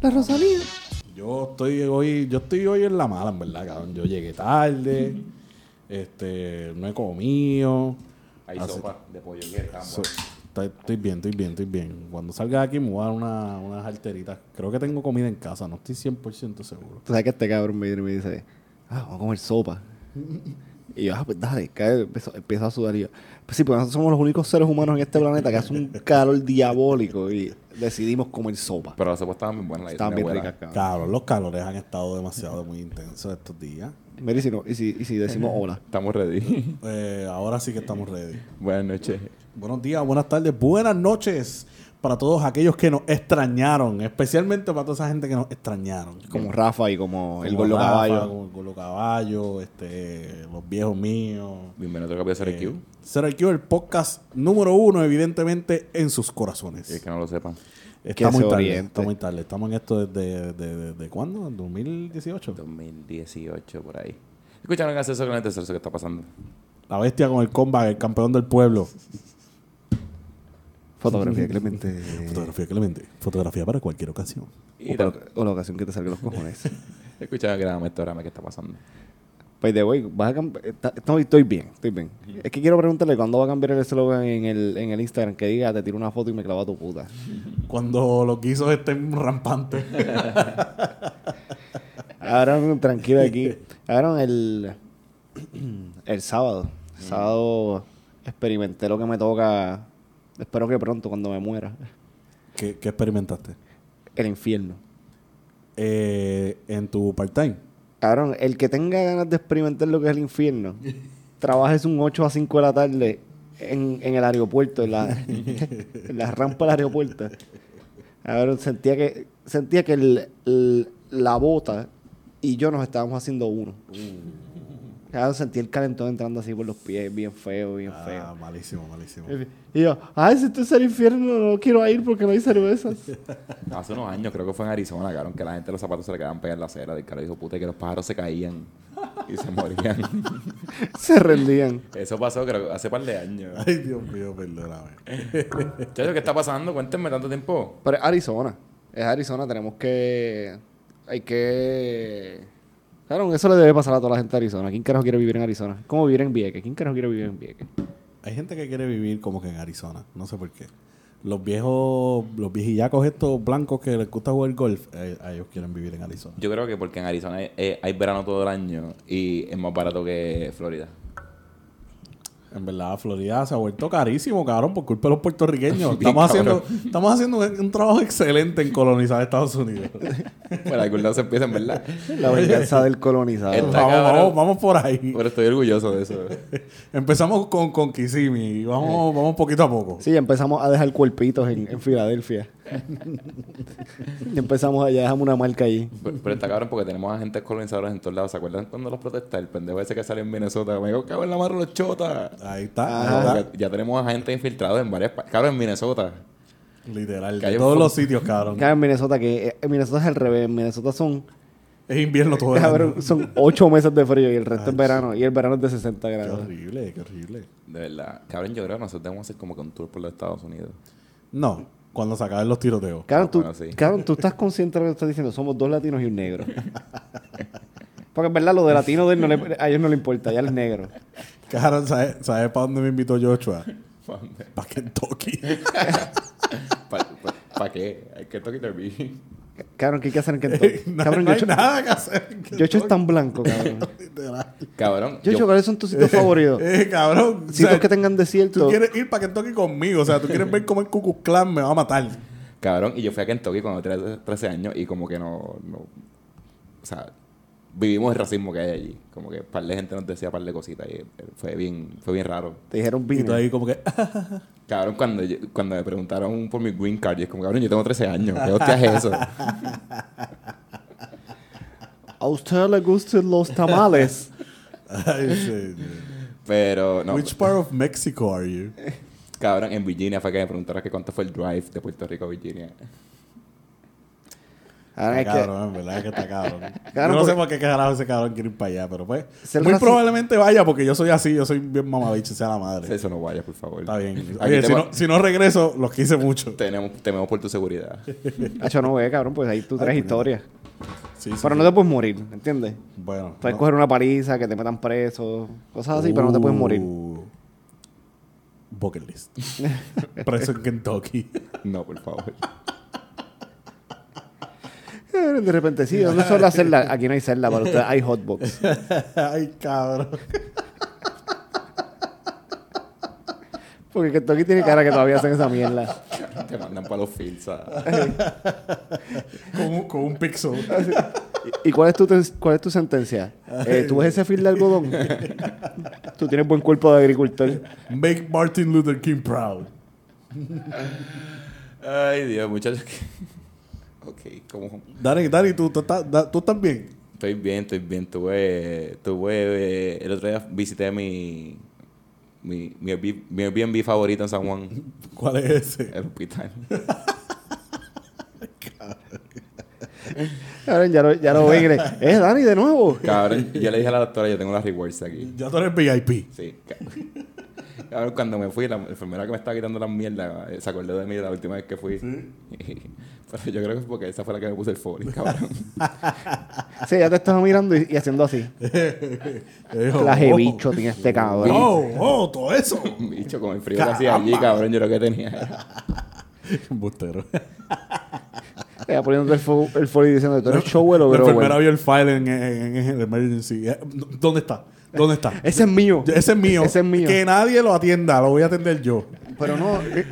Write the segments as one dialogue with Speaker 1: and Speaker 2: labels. Speaker 1: La Rosalía.
Speaker 2: Yo estoy hoy, yo estoy hoy en la mala, en verdad, cabrón. Yo llegué tarde, este, no he comido.
Speaker 3: Hay
Speaker 4: Ah,
Speaker 2: Así-
Speaker 3: sopa de pollo que están
Speaker 2: So- estoy, estoy bien, estoy bien, estoy bien. Cuando salga de aquí me voy a dar una, unas alteritas. Creo que tengo comida en casa, no estoy 100% seguro.
Speaker 4: Tú sabes que este cabrón me viene y me dice, ah, vamos a comer sopa. Y yo, ah, pues dale, cae, empiezo, empiezo a sudar. Y yo, pues sí, pues nosotros somos los únicos seres humanos en este planeta que hace un calor diabólico y decidimos comer sopa.
Speaker 3: Pero la sopa estaba muy buena. La
Speaker 4: Estaban bien ricas, cabrón.
Speaker 2: Cabrón, los calores han estado demasiado muy intensos estos días.
Speaker 4: Mira, y si, no- y si, y si decimos hola.
Speaker 3: Estamos ready.
Speaker 2: Eh, ahora sí que estamos ready.
Speaker 3: Buenas noches.
Speaker 2: Buenos días, buenas tardes, buenas noches para todos aquellos que nos extrañaron, especialmente para toda esa gente que nos extrañaron.
Speaker 4: Como Rafa y como, el
Speaker 2: Como
Speaker 4: gordo
Speaker 2: Rafa,
Speaker 4: caballo.
Speaker 2: Como el Gordo Caballo, este, los viejos míos.
Speaker 3: Bienvenido a otro capítulo de
Speaker 4: Eh,
Speaker 3: CRQ.
Speaker 2: Cero IQ, el podcast número uno, evidentemente, en sus corazones.
Speaker 3: Y el que no lo sepan.
Speaker 2: Está muy
Speaker 4: se
Speaker 2: tarde,
Speaker 4: oriente.
Speaker 2: está muy tarde. Estamos en esto desde, desde, desde cuándo? ¿En 2018?
Speaker 3: 2018, por ahí. Escucharon el acceso con el tercero que está pasando.
Speaker 4: Uh,
Speaker 2: La bestia con el comeback, el campeón del pueblo.
Speaker 4: Fotografía, Clemente.
Speaker 2: Fotografía Clemente. Fotografía para cualquier ocasión.
Speaker 3: Y
Speaker 4: O, para- o la ocasión que te salió los cojones.
Speaker 3: escucharon que grabamos este programa que está pasando.
Speaker 4: By the way, vas a cambiar. No, estoy bien, estoy bien. Es que quiero preguntarle cuándo va a cambiar el eslogan en el, en el Instagram que diga te tiro una foto y me clava tu puta.
Speaker 2: Cuando este los guisos estén rampantes.
Speaker 4: Ahora mm, tranquilo aquí. Ahora el, el sábado. sábado experimenté lo que me toca. Espero que pronto, cuando me muera.
Speaker 2: ¿Qué, qué experimentaste?
Speaker 4: El infierno.
Speaker 2: Eh, en tu part-time.
Speaker 4: Cabrón, el que tenga ganas de experimentar lo que es el infierno, trabajes un 8 a 5 de la tarde en, en el aeropuerto, en la, en la rampa del aeropuerto. Cabrón, sentía que, sentía que el- el- la bota y yo nos estábamos haciendo uno. Cabrón, sentí el calentón entrando así por los pies, bien feo, bien
Speaker 2: Ah,
Speaker 4: feo.
Speaker 2: malísimo, malísimo.
Speaker 4: Y yo, ay, si esto es el infierno, no quiero ir porque no hay cervezas.
Speaker 3: Hace unos años, creo que fue en Arizona, cabrón, que la gente los zapatos se le quedaban pegados en la acera del carro. Dijo, puta, y que los pájaros se caían y se morían.
Speaker 4: Se rendían.
Speaker 3: Eso pasó, creo, hace par de años.
Speaker 2: Ay, Dios mío, perdóname.
Speaker 3: Chacho, ¿qué está pasando? Cuéntenme tanto tiempo.
Speaker 4: Pero es Arizona. Es Arizona. Tenemos que. Hay que. Claro, eso le debe pasar a toda la gente de Arizona. ¿Quién carajo quiere vivir en Arizona? ¿Cómo vivir en Vieques? ¿Quién carajo quiere vivir en Vieques?
Speaker 2: Hay gente que quiere vivir como que en Arizona, no sé por qué. Los viejos, los viejillacos estos blancos que les gusta jugar golf, eh, a ellos quieren vivir en Arizona.
Speaker 3: Yo creo que porque en Arizona hay, eh, hay verano todo el año y es más barato que Florida.
Speaker 2: En verdad, Florida se ha vuelto carísimo, cabrón, por culpa de los puertorriqueños. Estamos
Speaker 3: Bien,
Speaker 2: haciendo, estamos haciendo un, un trabajo excelente en colonizar Estados Unidos.
Speaker 3: Bueno, algún lado se empieza, en verdad.
Speaker 4: La venganza del colonizado.
Speaker 3: Está
Speaker 2: vamos,
Speaker 3: cabrón.
Speaker 2: vamos, vamos por ahí.
Speaker 3: Pero estoy orgulloso de eso.
Speaker 2: Empezamos con, con Kissimmee y vamos, vamos poquito a poco.
Speaker 4: Sí, ya empezamos a dejar cuerpitos en, en Filadelfia. ya empezamos allá, dejamos una marca allí.
Speaker 3: Pero, pero está cabrón porque tenemos agentes colonizadores en todos lados. ¿Se acuerdan cuando los protestas? El pendejo ese que salió en Minnesota. Me dijo, cabrón, la madre de los chotas.
Speaker 2: Ahí está,
Speaker 4: Ajá.
Speaker 2: ahí
Speaker 3: Ya, ya tenemos agentes infiltrados en varias partes. Cabrón, en Minnesota.
Speaker 2: está. literal,
Speaker 3: Calle
Speaker 2: de todos
Speaker 3: Fon-
Speaker 2: los sitios, cabrón.
Speaker 4: Acá en Minnesota, que eh, en Minnesota es al revés. En Minnesota son,
Speaker 2: Es invierno todo el año.
Speaker 4: cabrón, son ocho meses de frío y el resto es verano. Y el verano es de 60
Speaker 2: Qué
Speaker 4: grados.
Speaker 2: horrible, qué horrible.
Speaker 3: De verdad. Cabrón, yo creo que nosotros debemos hacer como que un tour por los Estados Unidos.
Speaker 2: No, cuando se acaben los tiroteos.
Speaker 4: Cabrón,
Speaker 3: Ah,
Speaker 4: tú,
Speaker 3: bueno, sí.
Speaker 4: cabrón, tú estás consciente de lo que estás diciendo. Somos dos latinos y un negro. Porque en verdad lo de latino de él no le- a ellos no le importa, ya él es negro.
Speaker 2: Cabrón, ¿sabes sabe para dónde me invitó Joshua?
Speaker 3: ¿Para dónde?
Speaker 2: Para Kentucky.
Speaker 3: ¿Para qué? Hay que toque derby.
Speaker 4: Cabrón, ¿qué hay que hacer en Kentucky?
Speaker 2: no,
Speaker 4: Cabrón,
Speaker 2: no hay
Speaker 4: Yocho-
Speaker 2: nada que hacer. en
Speaker 4: Yocho es
Speaker 2: Kentucky,
Speaker 4: tan blanco, cabrón.
Speaker 2: literal.
Speaker 3: Cabrón.
Speaker 4: Yocho,
Speaker 3: yo-
Speaker 4: ¿cuáles son tus sitios favoritos?
Speaker 2: Eh, cabrón. o sea,
Speaker 4: Sitios que tengan
Speaker 2: Tú
Speaker 4: desierto.
Speaker 2: quieres ir para Kentucky conmigo. O sea, tú quieres ver cómo el Ku Klux Klan me va a matar.
Speaker 3: Cabrón, y yo fui a Kentucky cuando tenía 13 años y como que no, no- O sea, vivimos el racismo que hay allí. Como que par de gente nos decía par de cositas y eh, fue bien, fue bien raro.
Speaker 4: Te dijeron
Speaker 2: Y tú
Speaker 4: vino.
Speaker 2: ahí como que...
Speaker 3: Cabrón, cuando, yo- cuando me preguntaron por mi green card, yo es como, cabrón, yo tengo 13 años. ¿Qué hostia es eso?
Speaker 4: A usted le gustan los tamales.
Speaker 2: Ay, señor.
Speaker 3: Pero, no. pues.
Speaker 2: Which part of Mexico are you?
Speaker 3: Cabrón, en Virginia fue que me preguntaron que cuánto fue el drive de Puerto Rico a Virginia.
Speaker 4: Ahora Ah, es
Speaker 2: Está
Speaker 4: que
Speaker 2: Ah, cabrón, en verdad es que está cabrón.
Speaker 4: Claro,
Speaker 2: yo no sé
Speaker 4: porque-
Speaker 2: por qué carajo ese cabrón quiere ir para allá, pero pues.
Speaker 4: Ser
Speaker 2: muy
Speaker 4: raci-
Speaker 2: probablemente vaya porque yo soy así, yo soy bien mamabicho, sea la madre.
Speaker 3: Eso no vaya, por favor.
Speaker 2: Está bien.
Speaker 3: Aquí
Speaker 2: Oye, si,
Speaker 3: tema-
Speaker 2: no, si no regreso, los quise mucho.
Speaker 3: tenemos, tememos por tu seguridad.
Speaker 4: Hacho, no ve, cabrón, pues ahí tú traes historias.
Speaker 2: Sí, sí,
Speaker 4: Pero
Speaker 2: sí.
Speaker 4: no te puedes morir, ¿entiendes?
Speaker 2: Bueno.
Speaker 4: Puedes
Speaker 2: no-
Speaker 4: coger una paliza, que te metan preso, cosas así, pero no te puedes morir.
Speaker 2: Uh, Bucket list. Preso en Kentucky.
Speaker 3: No, por favor.
Speaker 4: Eh, De repente, sí, ¿dónde son las celdas? Aquí no hay celda para ustedes, hay hotbox.
Speaker 2: Ay, cabrón.
Speaker 4: Porque Kentucky tiene cara que todavía hacen esa mierda.
Speaker 3: Te mandan para los fields. a-
Speaker 2: Con un, con un pixel.
Speaker 4: ¿Y cuál es tu, ten- cuál es tu sentencia? Eh, ¿Tú ves ese fil de algodón? Tú tienes buen cuerpo de agricultor.
Speaker 2: Make Martin Luther King proud.
Speaker 3: Ay, Dios, muchachos. que- ok, como...
Speaker 2: Dani, Dani, tú, tú, estás- da- tú estás bien.
Speaker 3: Estoy bien, estoy bien. Tuve, tuve, eh, el otro día visité mi, mi, mi, Airbnb, mi Airbnb favorito en San Juan,
Speaker 2: ¿Cuál es ese?
Speaker 3: el hospital.
Speaker 4: Cabrón, ya lo, ya lo ven y le- ¡Eh, Dani, de nuevo!
Speaker 3: Cabrón, yo le dije a la doctora, yo tengo las rewards aquí.
Speaker 2: Ya tú eres VIP.
Speaker 3: Sí, cabrón. Cabrón, cuando me fui, la enfermera que me estaba quitando las mierdas eh, se acordó de mí la última vez que fui. Pero yo creo que es porque esa fue la que me puse el favor, cabrón.
Speaker 4: Sí, ya te estaba mirando y, y haciendo así.
Speaker 2: Eh,
Speaker 4: Claje bicho tiene este cabrón.
Speaker 2: Oh, oh, todo eso.
Speaker 3: Bicho, con el frío que hacía allí, cabrón, yo creo que tenía.
Speaker 2: Bustero.
Speaker 4: Estaba poniéndote el, fo el folio y diciendo, ¿tú eres show o
Speaker 2: La
Speaker 4: bro?
Speaker 2: enfermera vio el file en, en, en- en el emergency. Eh, ¿Dónde está? ¿Dónde está?
Speaker 4: Ese es mío.
Speaker 2: Ese es mío.
Speaker 4: Ese es mío.
Speaker 2: Que nadie lo atienda, lo voy a atender yo.
Speaker 4: Pero no, eh,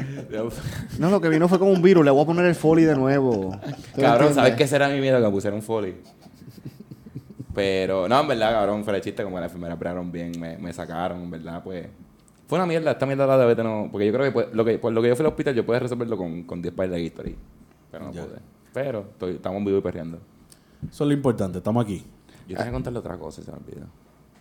Speaker 4: no, lo que vino fue como un virus. Le voy a poner el folio de nuevo. ¿Tú me
Speaker 3: Cabrón,
Speaker 4: entiendes?
Speaker 3: ¿sabes qué será mi miedo? Que me pusieron Foley. Pero, no, en verdad, cabrón, fuera de chiste, como la enfermera operaron bien, me, me sacaron, en verdad, pues. Fue una mierda, esta mierda la diabetes no. Porque yo creo que, pues, lo que por lo que yo fui al hospital, yo pude resolverlo con, con 10 pares de history. Pero no
Speaker 2: Ya.
Speaker 3: pude. Pero estoy- estamos vivos y perreando.
Speaker 2: Eso es lo importante, estamos aquí.
Speaker 3: Yo tenía que contarle otra cosa, se me olvidó.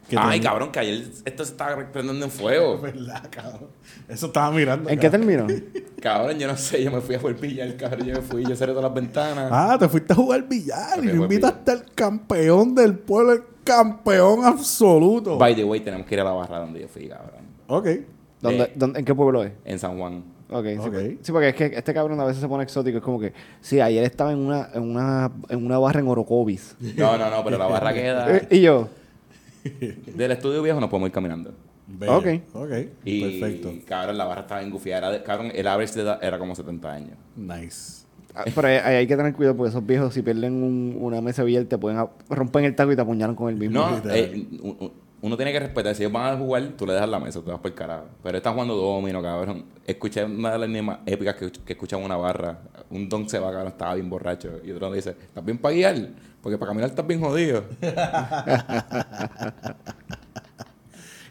Speaker 2: ¿Qué
Speaker 3: Ay,
Speaker 2: tal?
Speaker 3: cabrón, que ayer esto se estaba prendiendo en fuego.
Speaker 2: ¿Verdad, cabrón? Eso estaba mirando.
Speaker 4: ¿En qué
Speaker 2: cabrón.
Speaker 4: terminó?
Speaker 3: cabrón, yo no sé, yo me fui a jugar pillar, cabrón, yo me fui, yo cerré todas las ventanas.
Speaker 2: Ah, te fuiste a jugar billar
Speaker 3: Me
Speaker 2: y
Speaker 3: fui a jugar
Speaker 2: invitaste al campeón del pueblo, el campeón absoluto.
Speaker 3: By the way, tenemos que ir a la barra donde yo fui, cabrón.
Speaker 2: Ok.
Speaker 4: ¿Dónde,
Speaker 3: Eh.
Speaker 4: dónde- ¿En qué pueblo es?
Speaker 3: En San Juan.
Speaker 4: Ok, sí,
Speaker 2: Ok.
Speaker 4: por- sí, porque es que este cabrón a veces se pone exótico. Es como que, sí, ayer estaba en una, en una, en una barra en Orocovis.
Speaker 3: No, no, no, pero la barra queda.
Speaker 4: Eh, y yo,
Speaker 3: Del estudio viejo nos podemos ir caminando.
Speaker 2: Bello.
Speaker 4: Ok.
Speaker 2: Ok.
Speaker 3: Y,
Speaker 2: Perfecto.
Speaker 3: cabrón, la barra estaba engufiada. Era de- cabrón, el average de edad era como 70 años.
Speaker 2: Nice.
Speaker 4: ah, pero ahí, ahí hay que tener cuidado porque esos viejos, si pierden un- una mesa abierta, te pueden a- rompen el taco y te apuñalan con el mismo.
Speaker 3: No,
Speaker 2: literal.
Speaker 3: eh, u- u- uno tiene que respetar. Si ellos van a jugar, tú le dejas la mesa, te vas por el carajo. Pero están jugando domino, cabrón. Escuché una de las líneas más épicas que, que escuchan en una barra. Un don se va, cabrón, estaba bien borracho. Y otro le dice, ¿estás bien para guiar? Porque para caminar estás bien jodido.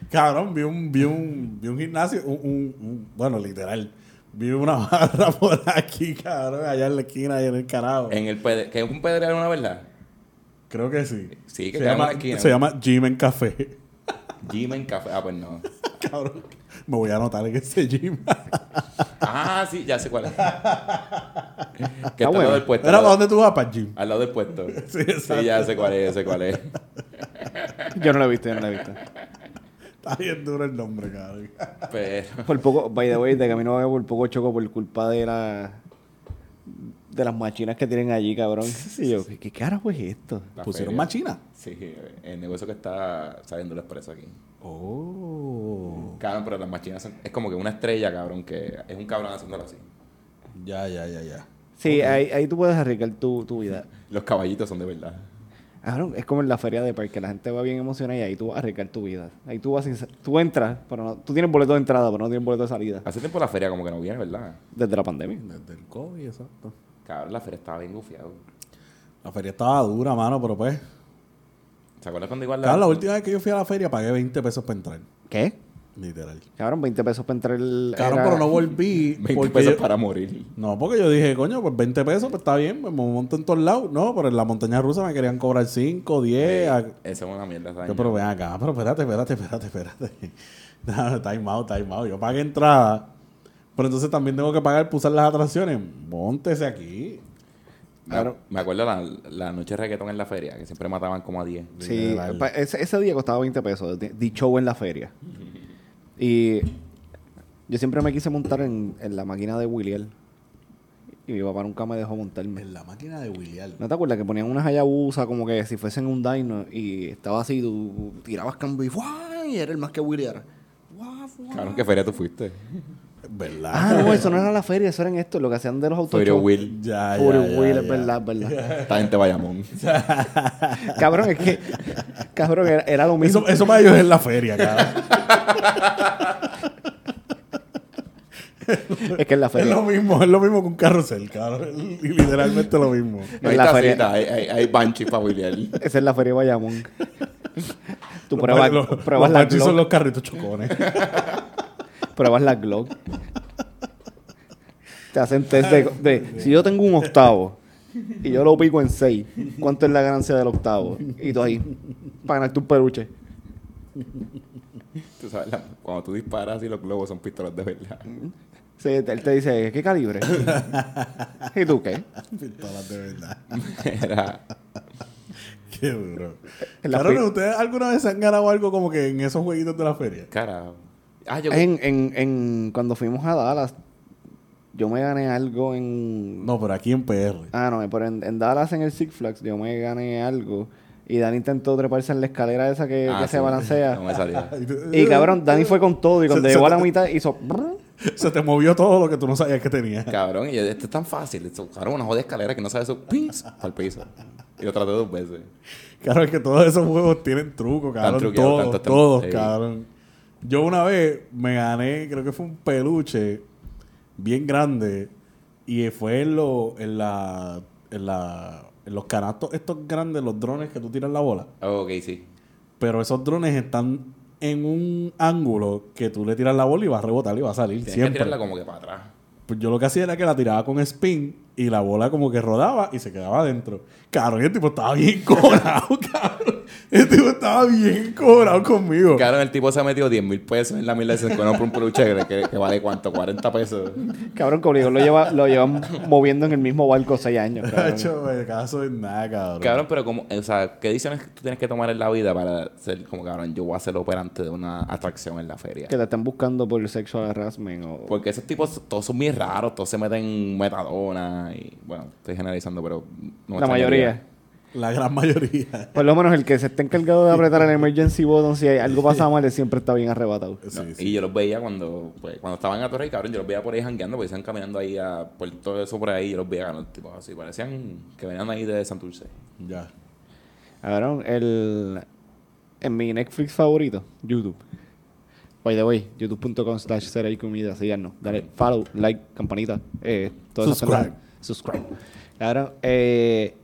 Speaker 2: Cabrón, vi un, vi un, vi un gimnasio, un, un- un- bueno, literal. Vi una barra por aquí, cabrón, allá en la esquina, allá en el carajo.
Speaker 3: en el pedre- que es un pedreal una verdad.
Speaker 2: Creo que sí.
Speaker 3: Sí, que
Speaker 2: se
Speaker 3: queda en
Speaker 2: llama,
Speaker 3: la esquina.
Speaker 2: se llama Gym en Café.
Speaker 3: Gym en café. Ah, pues no.
Speaker 2: cabrón, me voy a anotar en ese gym.
Speaker 3: Ah, sí, ya sé cuál es. que está al
Speaker 4: bueno.
Speaker 3: lado del puesto.
Speaker 2: Ah, Era para
Speaker 3: al lado-
Speaker 2: dónde tú vas para el gym.
Speaker 3: Al lado del puesto.
Speaker 2: Sí,
Speaker 3: Sí,
Speaker 2: exacto.
Speaker 3: ya sé cuál es, sé cuál es.
Speaker 4: Yo no lo he visto, yo no lo he visto.
Speaker 2: Está bien duro el nombre, cabrón.
Speaker 3: Pero,
Speaker 4: Por poco, by the way, de camino a por poco choco por culpa de la de las machinas que tienen allí, cabrón. Y yo, ¿qué, qué carajo es esto?
Speaker 3: La
Speaker 2: Pusieron
Speaker 3: feria.
Speaker 2: machina.
Speaker 3: sí, el negocio que está saliendo el expreso aquí.
Speaker 2: Oh.
Speaker 3: Cabrón, pero las machinas son- es como que una estrella, cabrón, que es un cabrón haciéndolo así.
Speaker 2: Ya, ya, ya, ya.
Speaker 4: Sí, ahí, ahí tú puedes arriesgar tu, tu vida.
Speaker 3: Los caballitos son de verdad.
Speaker 4: Cabrón, es como en la feria de parque, la gente va bien emocionada y ahí tú vas a arriesgar tu vida. Ahí tú vas sin sa- tú entras, pero no, tú tienes boleto de entrada, pero no tienes boleto de salida.
Speaker 3: Hace tiempo la feria como que no viene, ¿verdad?
Speaker 4: Desde la pandemia.
Speaker 2: Desde el COVID, exacto.
Speaker 3: Cabrón, la feria estaba bien gufiado.
Speaker 2: La feria estaba dura, mano, pero pues.
Speaker 3: ¿Se acuerdan cuando igual
Speaker 2: Claro, la última vez que yo fui a la feria pagué 20 pesos para entrar.
Speaker 4: ¿Qué?
Speaker 2: Literal.
Speaker 4: Cabrón, 20 pesos para entrar el.
Speaker 2: Cabrón,
Speaker 4: era-
Speaker 2: pero no volví.
Speaker 3: 20
Speaker 2: porque
Speaker 3: pesos
Speaker 2: yo-
Speaker 3: para morir.
Speaker 2: No, porque yo dije, coño, pues 20 pesos, pues está bien, pues me monto en todos lados. No, pero en la montaña rusa me querían cobrar 5, 10. a-
Speaker 3: Eso es una mierda. esa
Speaker 2: Yo, pero ven acá, pero espérate, espérate, espérate, espérate. Dame time out, time out. Yo pagué entrada, pero entonces también tengo que pagar por usar las atracciones. Móntese aquí.
Speaker 3: Me-
Speaker 4: Claro.
Speaker 3: Me acuerdo la, la noche de reggaetón en la feria, que siempre mataban como a 10.
Speaker 4: Sí,
Speaker 2: Literal.
Speaker 4: pa- ese, ese día costaba 20 pesos, di di show en la feria. Y yo siempre me quise montar en, en la máquina de Williel. Y mi papá nunca me dejó montarme.
Speaker 2: En la máquina de William.
Speaker 4: ¿No te acuerdas que ponían unas hayabusa como que si fuesen un dino y estaba así, tú tirabas cambio y ¡guau! Y era el más que Williel.
Speaker 3: Cabrón, ¿qué feria tú fuiste?
Speaker 2: ¿Verdad?
Speaker 4: Ah, no, eso no era la feria, eso eran esto, lo que hacían de los autos.
Speaker 3: Feria Will.
Speaker 2: Ya, ya, ya,
Speaker 4: Will, es
Speaker 2: ya.
Speaker 4: verdad, es verdad.
Speaker 3: Esta gente Bayamón.
Speaker 4: cabrón, es que. Cabrón, era, era lo mismo.
Speaker 2: Eso, eso para ellos es la feria, cabrón.
Speaker 4: Es que en la
Speaker 2: es
Speaker 4: feria.
Speaker 2: lo mismo, es lo mismo que un carrusel, cabrón. Literalmente lo mismo.
Speaker 3: No
Speaker 4: En
Speaker 3: hay
Speaker 4: la feria-
Speaker 3: tacita, hay, hay, hay banshee para William.
Speaker 4: Esa es la feria de Bayamón. Tú pruebas,
Speaker 2: los,
Speaker 4: pruebas,
Speaker 2: los
Speaker 4: la
Speaker 2: machis son
Speaker 4: Glock,
Speaker 2: los carritos chocones.
Speaker 4: pruebas la Glock. Te hacen test de, de- Si yo tengo un octavo y yo lo pico en seis, ¿cuánto es la ganancia del octavo? Y tú ahí, para ganarte un peluche.
Speaker 3: Tú sabes, la- cuando tú disparas y los globos son pistolas de verdad.
Speaker 4: Sí, él te dice, ¿qué calibre? ¿Y tú qué?
Speaker 2: Pistolas de verdad.
Speaker 3: Era,
Speaker 2: Qué duro.
Speaker 4: En la
Speaker 2: Cabrón,
Speaker 4: fe-
Speaker 2: ¿ustedes alguna vez han ganado algo como que en esos jueguitos de la feria?
Speaker 3: cara. Ah, yo.
Speaker 4: En, en, en, cuando fuimos a Dallas, yo me gané algo en...
Speaker 2: No, pero aquí en PR.
Speaker 4: Ah, no, pero en, en Dallas, en el Six Flags, yo me gané algo. Y Dani intentó treparse en la escalera esa que,
Speaker 3: Ah,
Speaker 4: que
Speaker 3: sí.
Speaker 4: se balancea.
Speaker 3: No me salió.
Speaker 4: Y cabrón, Dani fue con todo y cuando
Speaker 2: Se-
Speaker 4: llegó a
Speaker 2: se-
Speaker 4: la mitad hizo... brr.
Speaker 2: Se te movió todo lo que tú no sabías que tenías.
Speaker 3: Cabrón, y yo, esto es tan fácil. Esto, cabrón, una joda escalera que no sabe eso. ¡Pins! Al piso. Y lo traté dos veces.
Speaker 2: Claro, es que todos esos juegos tienen truco, cabrón.
Speaker 3: truqueados,
Speaker 2: Todos,
Speaker 3: tanto están-
Speaker 2: todos,
Speaker 3: sí.
Speaker 2: cabrón. Yo una vez me gané, creo que fue un peluche bien grande y fue en, lo- en, la, en, la, en los canastos estos grandes, los drones que tú tiras la bola.
Speaker 3: Oh, ok, sí.
Speaker 2: Pero esos drones están en un ángulo que tú le tiras la bola y va a rebotar y va a salir
Speaker 3: Tienes que
Speaker 2: siempre.
Speaker 3: tirarla como que para atrás.
Speaker 2: Pues yo lo que hacía era que la tiraba con spin y la bola como que rodaba y se quedaba adentro. Cabrón, y el tipo estaba bien cobrado, cabrón. El tipo estaba bien cobrado conmigo.
Speaker 3: Cabrón, el tipo se ha metido 10 mil pesos en la mierda y se compró un peluche que- que, que vale cuánto, 40 pesos.
Speaker 4: Cabrón, que obligó, lo, lleva, lo llevan moviendo en el mismo barco seis años. cabrón.
Speaker 2: Cacho, me caso en nada, cabrón.
Speaker 3: Cabrón, pero como, o sea, ¿qué decisiones tú tienes que tomar en la vida para ser como cabrón? Yo voy a ser operante de una atracción en la feria.
Speaker 4: Que te están buscando por sexual harassment o...
Speaker 3: Porque esos tipos, todos son bien raros, todos se meten metadona y, bueno, estoy generalizando, pero... no me
Speaker 4: la mayoría.
Speaker 3: extrañaría.
Speaker 2: La gran mayoría.
Speaker 4: Por lo menos el que se está encargado de apretar el emergency button si hay- algo pasa mal, él siempre está bien arrebatado.
Speaker 2: Sí,
Speaker 3: No,
Speaker 2: sí.
Speaker 3: Y yo los veía cuando, pues, cuando estaban en la torre, cabrón, yo los veía por ahí jangueando, porque estaban caminando ahí a, por todo eso por ahí, yo los veía, cabrón, tipo así, parecían que venían ahí de Santurce.
Speaker 2: Ya.
Speaker 4: Cabrón, el... En mi Netflix favorito, YouTube. By the way, youtube.com slash ser y comida, síganos. Dale follow, like, campanita, eh, todas esas
Speaker 2: Subscribe.
Speaker 4: pendejadas. Subscribe. Claro, eh,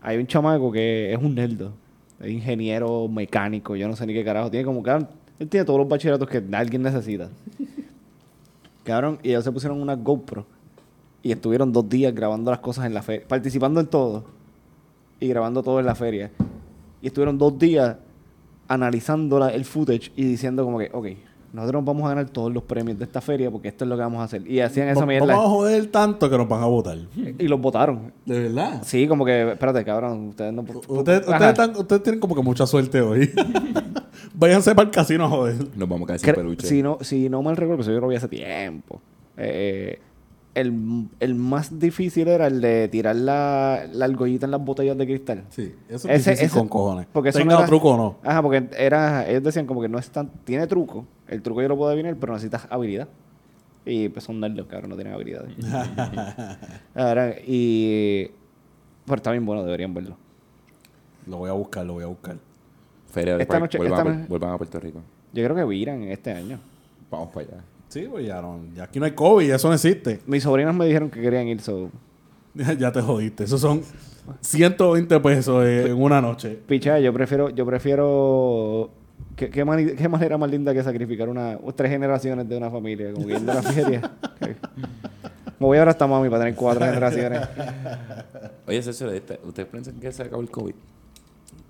Speaker 4: hay un chamaco que es un nerdo. Es ingeniero mecánico, yo no sé ni qué carajo. Tiene como, cabrón, él tiene todos los bachilleratos que alguien necesita. Cabrón, y ellos se pusieron una GoPro. Y estuvieron dos días grabando las cosas en la feria, participando en todo. Y grabando todo en la feria. Y estuvieron dos días analizando la- el footage y diciendo como que, ok, nosotros vamos a ganar todos los premios de esta feria porque esto es lo que vamos a hacer. Y hacían esa
Speaker 2: Va-
Speaker 4: mierda.
Speaker 2: Vamos a joder tanto que nos van a votar.
Speaker 4: Y los votaron.
Speaker 2: De verdad.
Speaker 4: Sí, como que, espérate, cabrón, ustedes no...
Speaker 2: Ustedes, ustedes
Speaker 4: Ajá.
Speaker 2: están- ustedes tienen como que mucha suerte hoy. Váyanse para el casino a joder.
Speaker 3: Nos vamos a caer sin
Speaker 4: Cre-
Speaker 3: peluche.
Speaker 4: Si no, si no mal recuerdo, porque yo lo vi hace tiempo. eh, el, el más difícil era el de tirar la, la argollita en las botellas de cristal.
Speaker 2: Sí, eso es
Speaker 4: Ese-
Speaker 2: difícil
Speaker 4: ese-
Speaker 2: con cojones.
Speaker 4: porque eso
Speaker 2: Tenga
Speaker 4: no era-
Speaker 2: truco o no.
Speaker 4: Ajá, porque era, ellos decían como que no es tan, tiene truco. El truco yo lo puedo adivinar, pero necesitas habilidad. Y pues son nerds, cabrón, no tienen habilidades. Ahora, y... Pero está bien bueno, deberían verlo.
Speaker 2: Lo voy a buscar, lo voy a buscar.
Speaker 3: Feria de
Speaker 4: Esta
Speaker 3: Park,
Speaker 4: noche-
Speaker 3: vuelvan,
Speaker 4: esta
Speaker 3: a, Pu-
Speaker 4: noche-
Speaker 3: vuelvan a Puerto Rico.
Speaker 4: Yo creo que viran este año.
Speaker 3: Vamos para allá.
Speaker 2: Sí, pues ya, no, ya aquí no hay COVID, eso no existe.
Speaker 4: Mis sobrinas me dijeron que querían ir, so...
Speaker 2: ya te jodiste. Esos son 120 pesos eh, en una noche.
Speaker 4: Picha, yo prefiero, yo prefiero. ¿Qué, qué mani- qué manera más linda que sacrificar una, tres generaciones de una familia? Como que yendo a la feria. Me voy ahora hasta mami para tener cuatro generaciones.
Speaker 3: Oye, Sergio, ¿ustedes ustedes piensan que se acabó el COVID?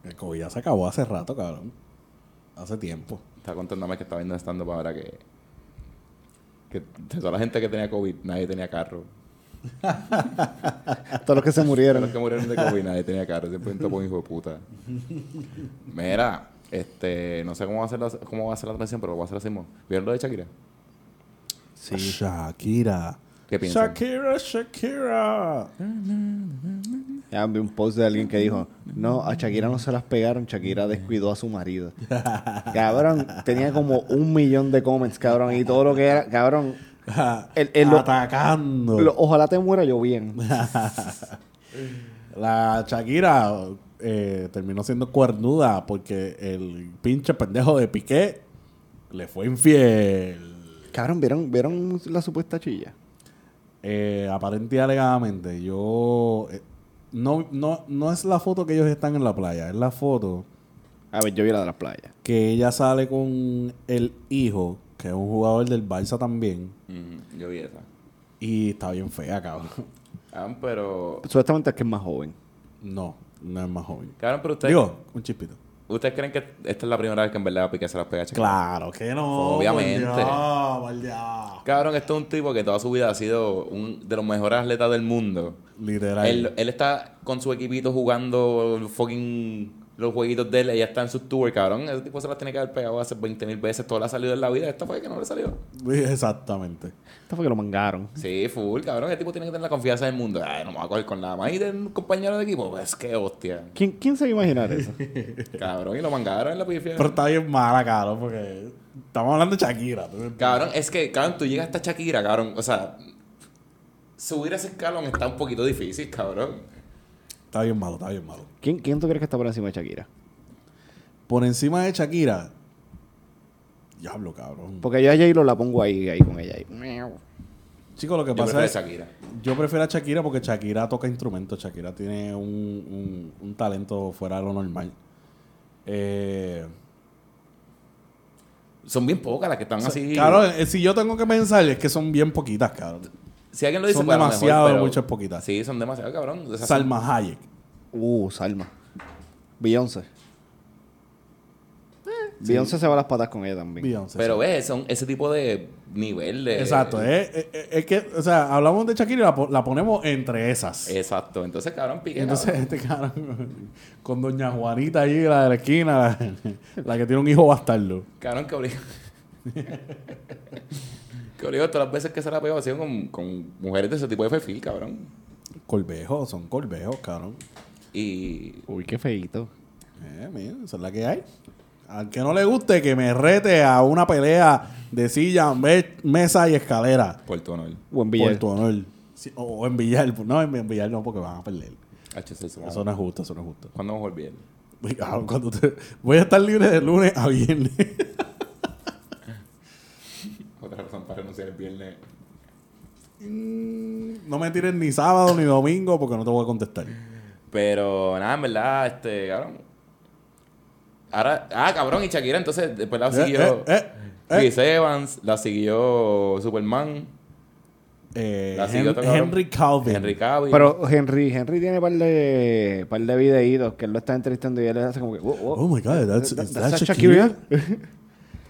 Speaker 2: El COVID ya se acabó hace rato, cabrón. Hace tiempo.
Speaker 3: Estaba contándome que estaba viendo estando para ahora que, que de toda la gente que tenía COVID, nadie tenía carro.
Speaker 4: Todos los que se
Speaker 3: Los
Speaker 4: murieron.
Speaker 3: que murieron de COVID nadie tenía carro. Siempre un topo hijo de puta. Mira, este, no sé cómo va a ser la, cómo va a ser la transición, pero lo voy a hacer así mismo. ¿Vieron lo de Shakira?
Speaker 2: Sí. Shakira.
Speaker 3: ¿Qué piensan?
Speaker 2: Shakira, Shakira.
Speaker 4: Ya vi un post de alguien que dijo, no, a Shakira no se las pegaron, Shakira descuidó a su marido. cabrón, tenía como un millón de comments, cabrón, y todo lo que era, cabrón, El- el lo-
Speaker 2: Atacando.
Speaker 4: lo- ojalá te muera yo bien.
Speaker 2: La Shakira eh, terminó siendo cuernuda porque el pinche pendejo de Piqué le fue infiel.
Speaker 4: Cabrón, ¿vieron, ¿vieron la supuesta chilla?
Speaker 2: Eh, aparente y alegadamente, yo. eh, no, no, no es la foto que ellos están en la playa, es la foto
Speaker 4: A ver, yo vi la de las playas.
Speaker 2: que ella sale con el hijo, que es un jugador del Barça también,
Speaker 3: Ujú, Mm, yo vi esa.
Speaker 2: y está bien fea, cabrón.
Speaker 3: Ah, pero.
Speaker 4: Supuestamente es que es más joven.
Speaker 2: No, no es más joven.
Speaker 3: Cabrón, pero ustedes.
Speaker 2: Digo, un chispito.
Speaker 3: ¿Ustedes creen que esta es la primera vez que en verdad Piqué se las pega a Shakira?
Speaker 2: Claro que no.
Speaker 3: Obviamente.
Speaker 2: por Dios, por Dios.
Speaker 3: Cabrón, este es un tipo que toda su vida ha sido un de los mejores atletas del mundo.
Speaker 2: Literal.
Speaker 3: Él, él está con su equipito jugando el fucking los jueguitos de él, ella está en sus tours, cabrón. Ese tipo se las tiene que haber pegado hace 20 mil veces, todo le ha salido en la vida, esta fue que no le salió.
Speaker 2: Exactamente.
Speaker 4: Esto fue que lo mangaron.
Speaker 3: Sí, full, cabrón, el tipo tiene que tener la confianza del mundo. Ay, no me voy a coger con nada más. Y tener un compañero de equipo, pues qué hostia.
Speaker 4: ¿Quién, quién se iba a imaginar eso?
Speaker 3: Cabrón, y lo mangaron en la pifia.
Speaker 2: Pero está bien mala, cabrón, porque estamos hablando de Shakira. ¿tú me entiendes?
Speaker 3: Cabrón, es que, cabrón, tú llegas hasta Shakira, cabrón. O sea, subir ese escalón está un poquito difícil, cabrón.
Speaker 2: Está bien malo, está bien malo.
Speaker 4: ¿Quién, ¿Quién tú crees que está por encima de Shakira?
Speaker 2: Por encima de Shakira. Diablo, cabrón.
Speaker 4: Porque yo a J-Lo la pongo ahí, ahí con ella. ahí.
Speaker 2: Chicos, lo que
Speaker 3: Yo
Speaker 2: pasa
Speaker 3: prefiero
Speaker 2: es.
Speaker 3: Shakira.
Speaker 2: Yo prefiero a Shakira porque Shakira toca instrumentos. Shakira tiene un, un- un talento fuera de lo normal. Eh,
Speaker 3: Son bien pocas las que están así.
Speaker 2: Claro, eh, si yo tengo que pensar, es que son bien poquitas, cabrón.
Speaker 3: Si alguien lo dice,
Speaker 2: Son
Speaker 3: pues, a lo mejor,
Speaker 2: demasiado,
Speaker 3: pero-
Speaker 2: muchas poquitas.
Speaker 3: Sí, son demasiado, cabrón. O sea,
Speaker 2: Salma Hayek.
Speaker 4: Uh, Salma. Beyoncé. Beyoncé se va a las patas con ella también.
Speaker 2: Beyoncé.
Speaker 3: son- pero ves, son ese tipo de nivel de.
Speaker 2: Exacto. eh, eh, eh, Es, que, o sea, hablamos de Shakira y la, po- la ponemos entre esas.
Speaker 3: Exacto. Entonces, cabrón, pique.
Speaker 2: Entonces,
Speaker 3: Eh, cabrón.
Speaker 2: este cabrón, con doña Juanita ahí, la de la esquina, la, la que tiene un hijo bastardo.
Speaker 3: Cabrón, que obligado. que obligado todas las veces que se la pegó ha sido con, con mujeres de ese tipo de perfil, cabrón.
Speaker 2: Corvejos, son corvejos, cabrón.
Speaker 3: Y.
Speaker 4: Uy, qué feito.
Speaker 2: Eh, mira, esa es la que hay. Al que no le guste, que me rete a una pelea de silla, me- mesa y escalera.
Speaker 3: Puerto Honor.
Speaker 4: Buen
Speaker 2: Por
Speaker 4: billete.
Speaker 2: tu honor. Sí, o, o en Villar. No, en, en Villar no, porque van a perder.
Speaker 3: HC Suave.
Speaker 2: Eso no es justo, eso no es justo.
Speaker 3: ¿Cuándo vamos a volver?
Speaker 2: Uy, cabrón, cuando te- Voy a estar libre de lunes a viernes.
Speaker 3: Otra razón para renunciar el viernes.
Speaker 2: Mm, no me tires ni sábado ni domingo porque no te voy a contestar.
Speaker 3: Pero nada, en verdad, este, cabrón. Ahora, ah, cabrón, y Shakira, entonces después la
Speaker 2: Eh,
Speaker 3: siguió
Speaker 2: eh, eh, eh.
Speaker 3: Chris Evans, la siguió Superman,
Speaker 2: Eh,
Speaker 3: la
Speaker 2: Hen-
Speaker 3: siguió otro cabrón.
Speaker 2: Henry Calvin.
Speaker 3: Henry Cavill.
Speaker 4: Pero Henry, Henry tiene par de, par de videitos que él lo está entrevistando y él hace como que. "Whoa, whoa,
Speaker 2: Oh my God, that's,
Speaker 4: that- that's
Speaker 2: is that
Speaker 4: a
Speaker 2: Shakira?
Speaker 4: Shakira.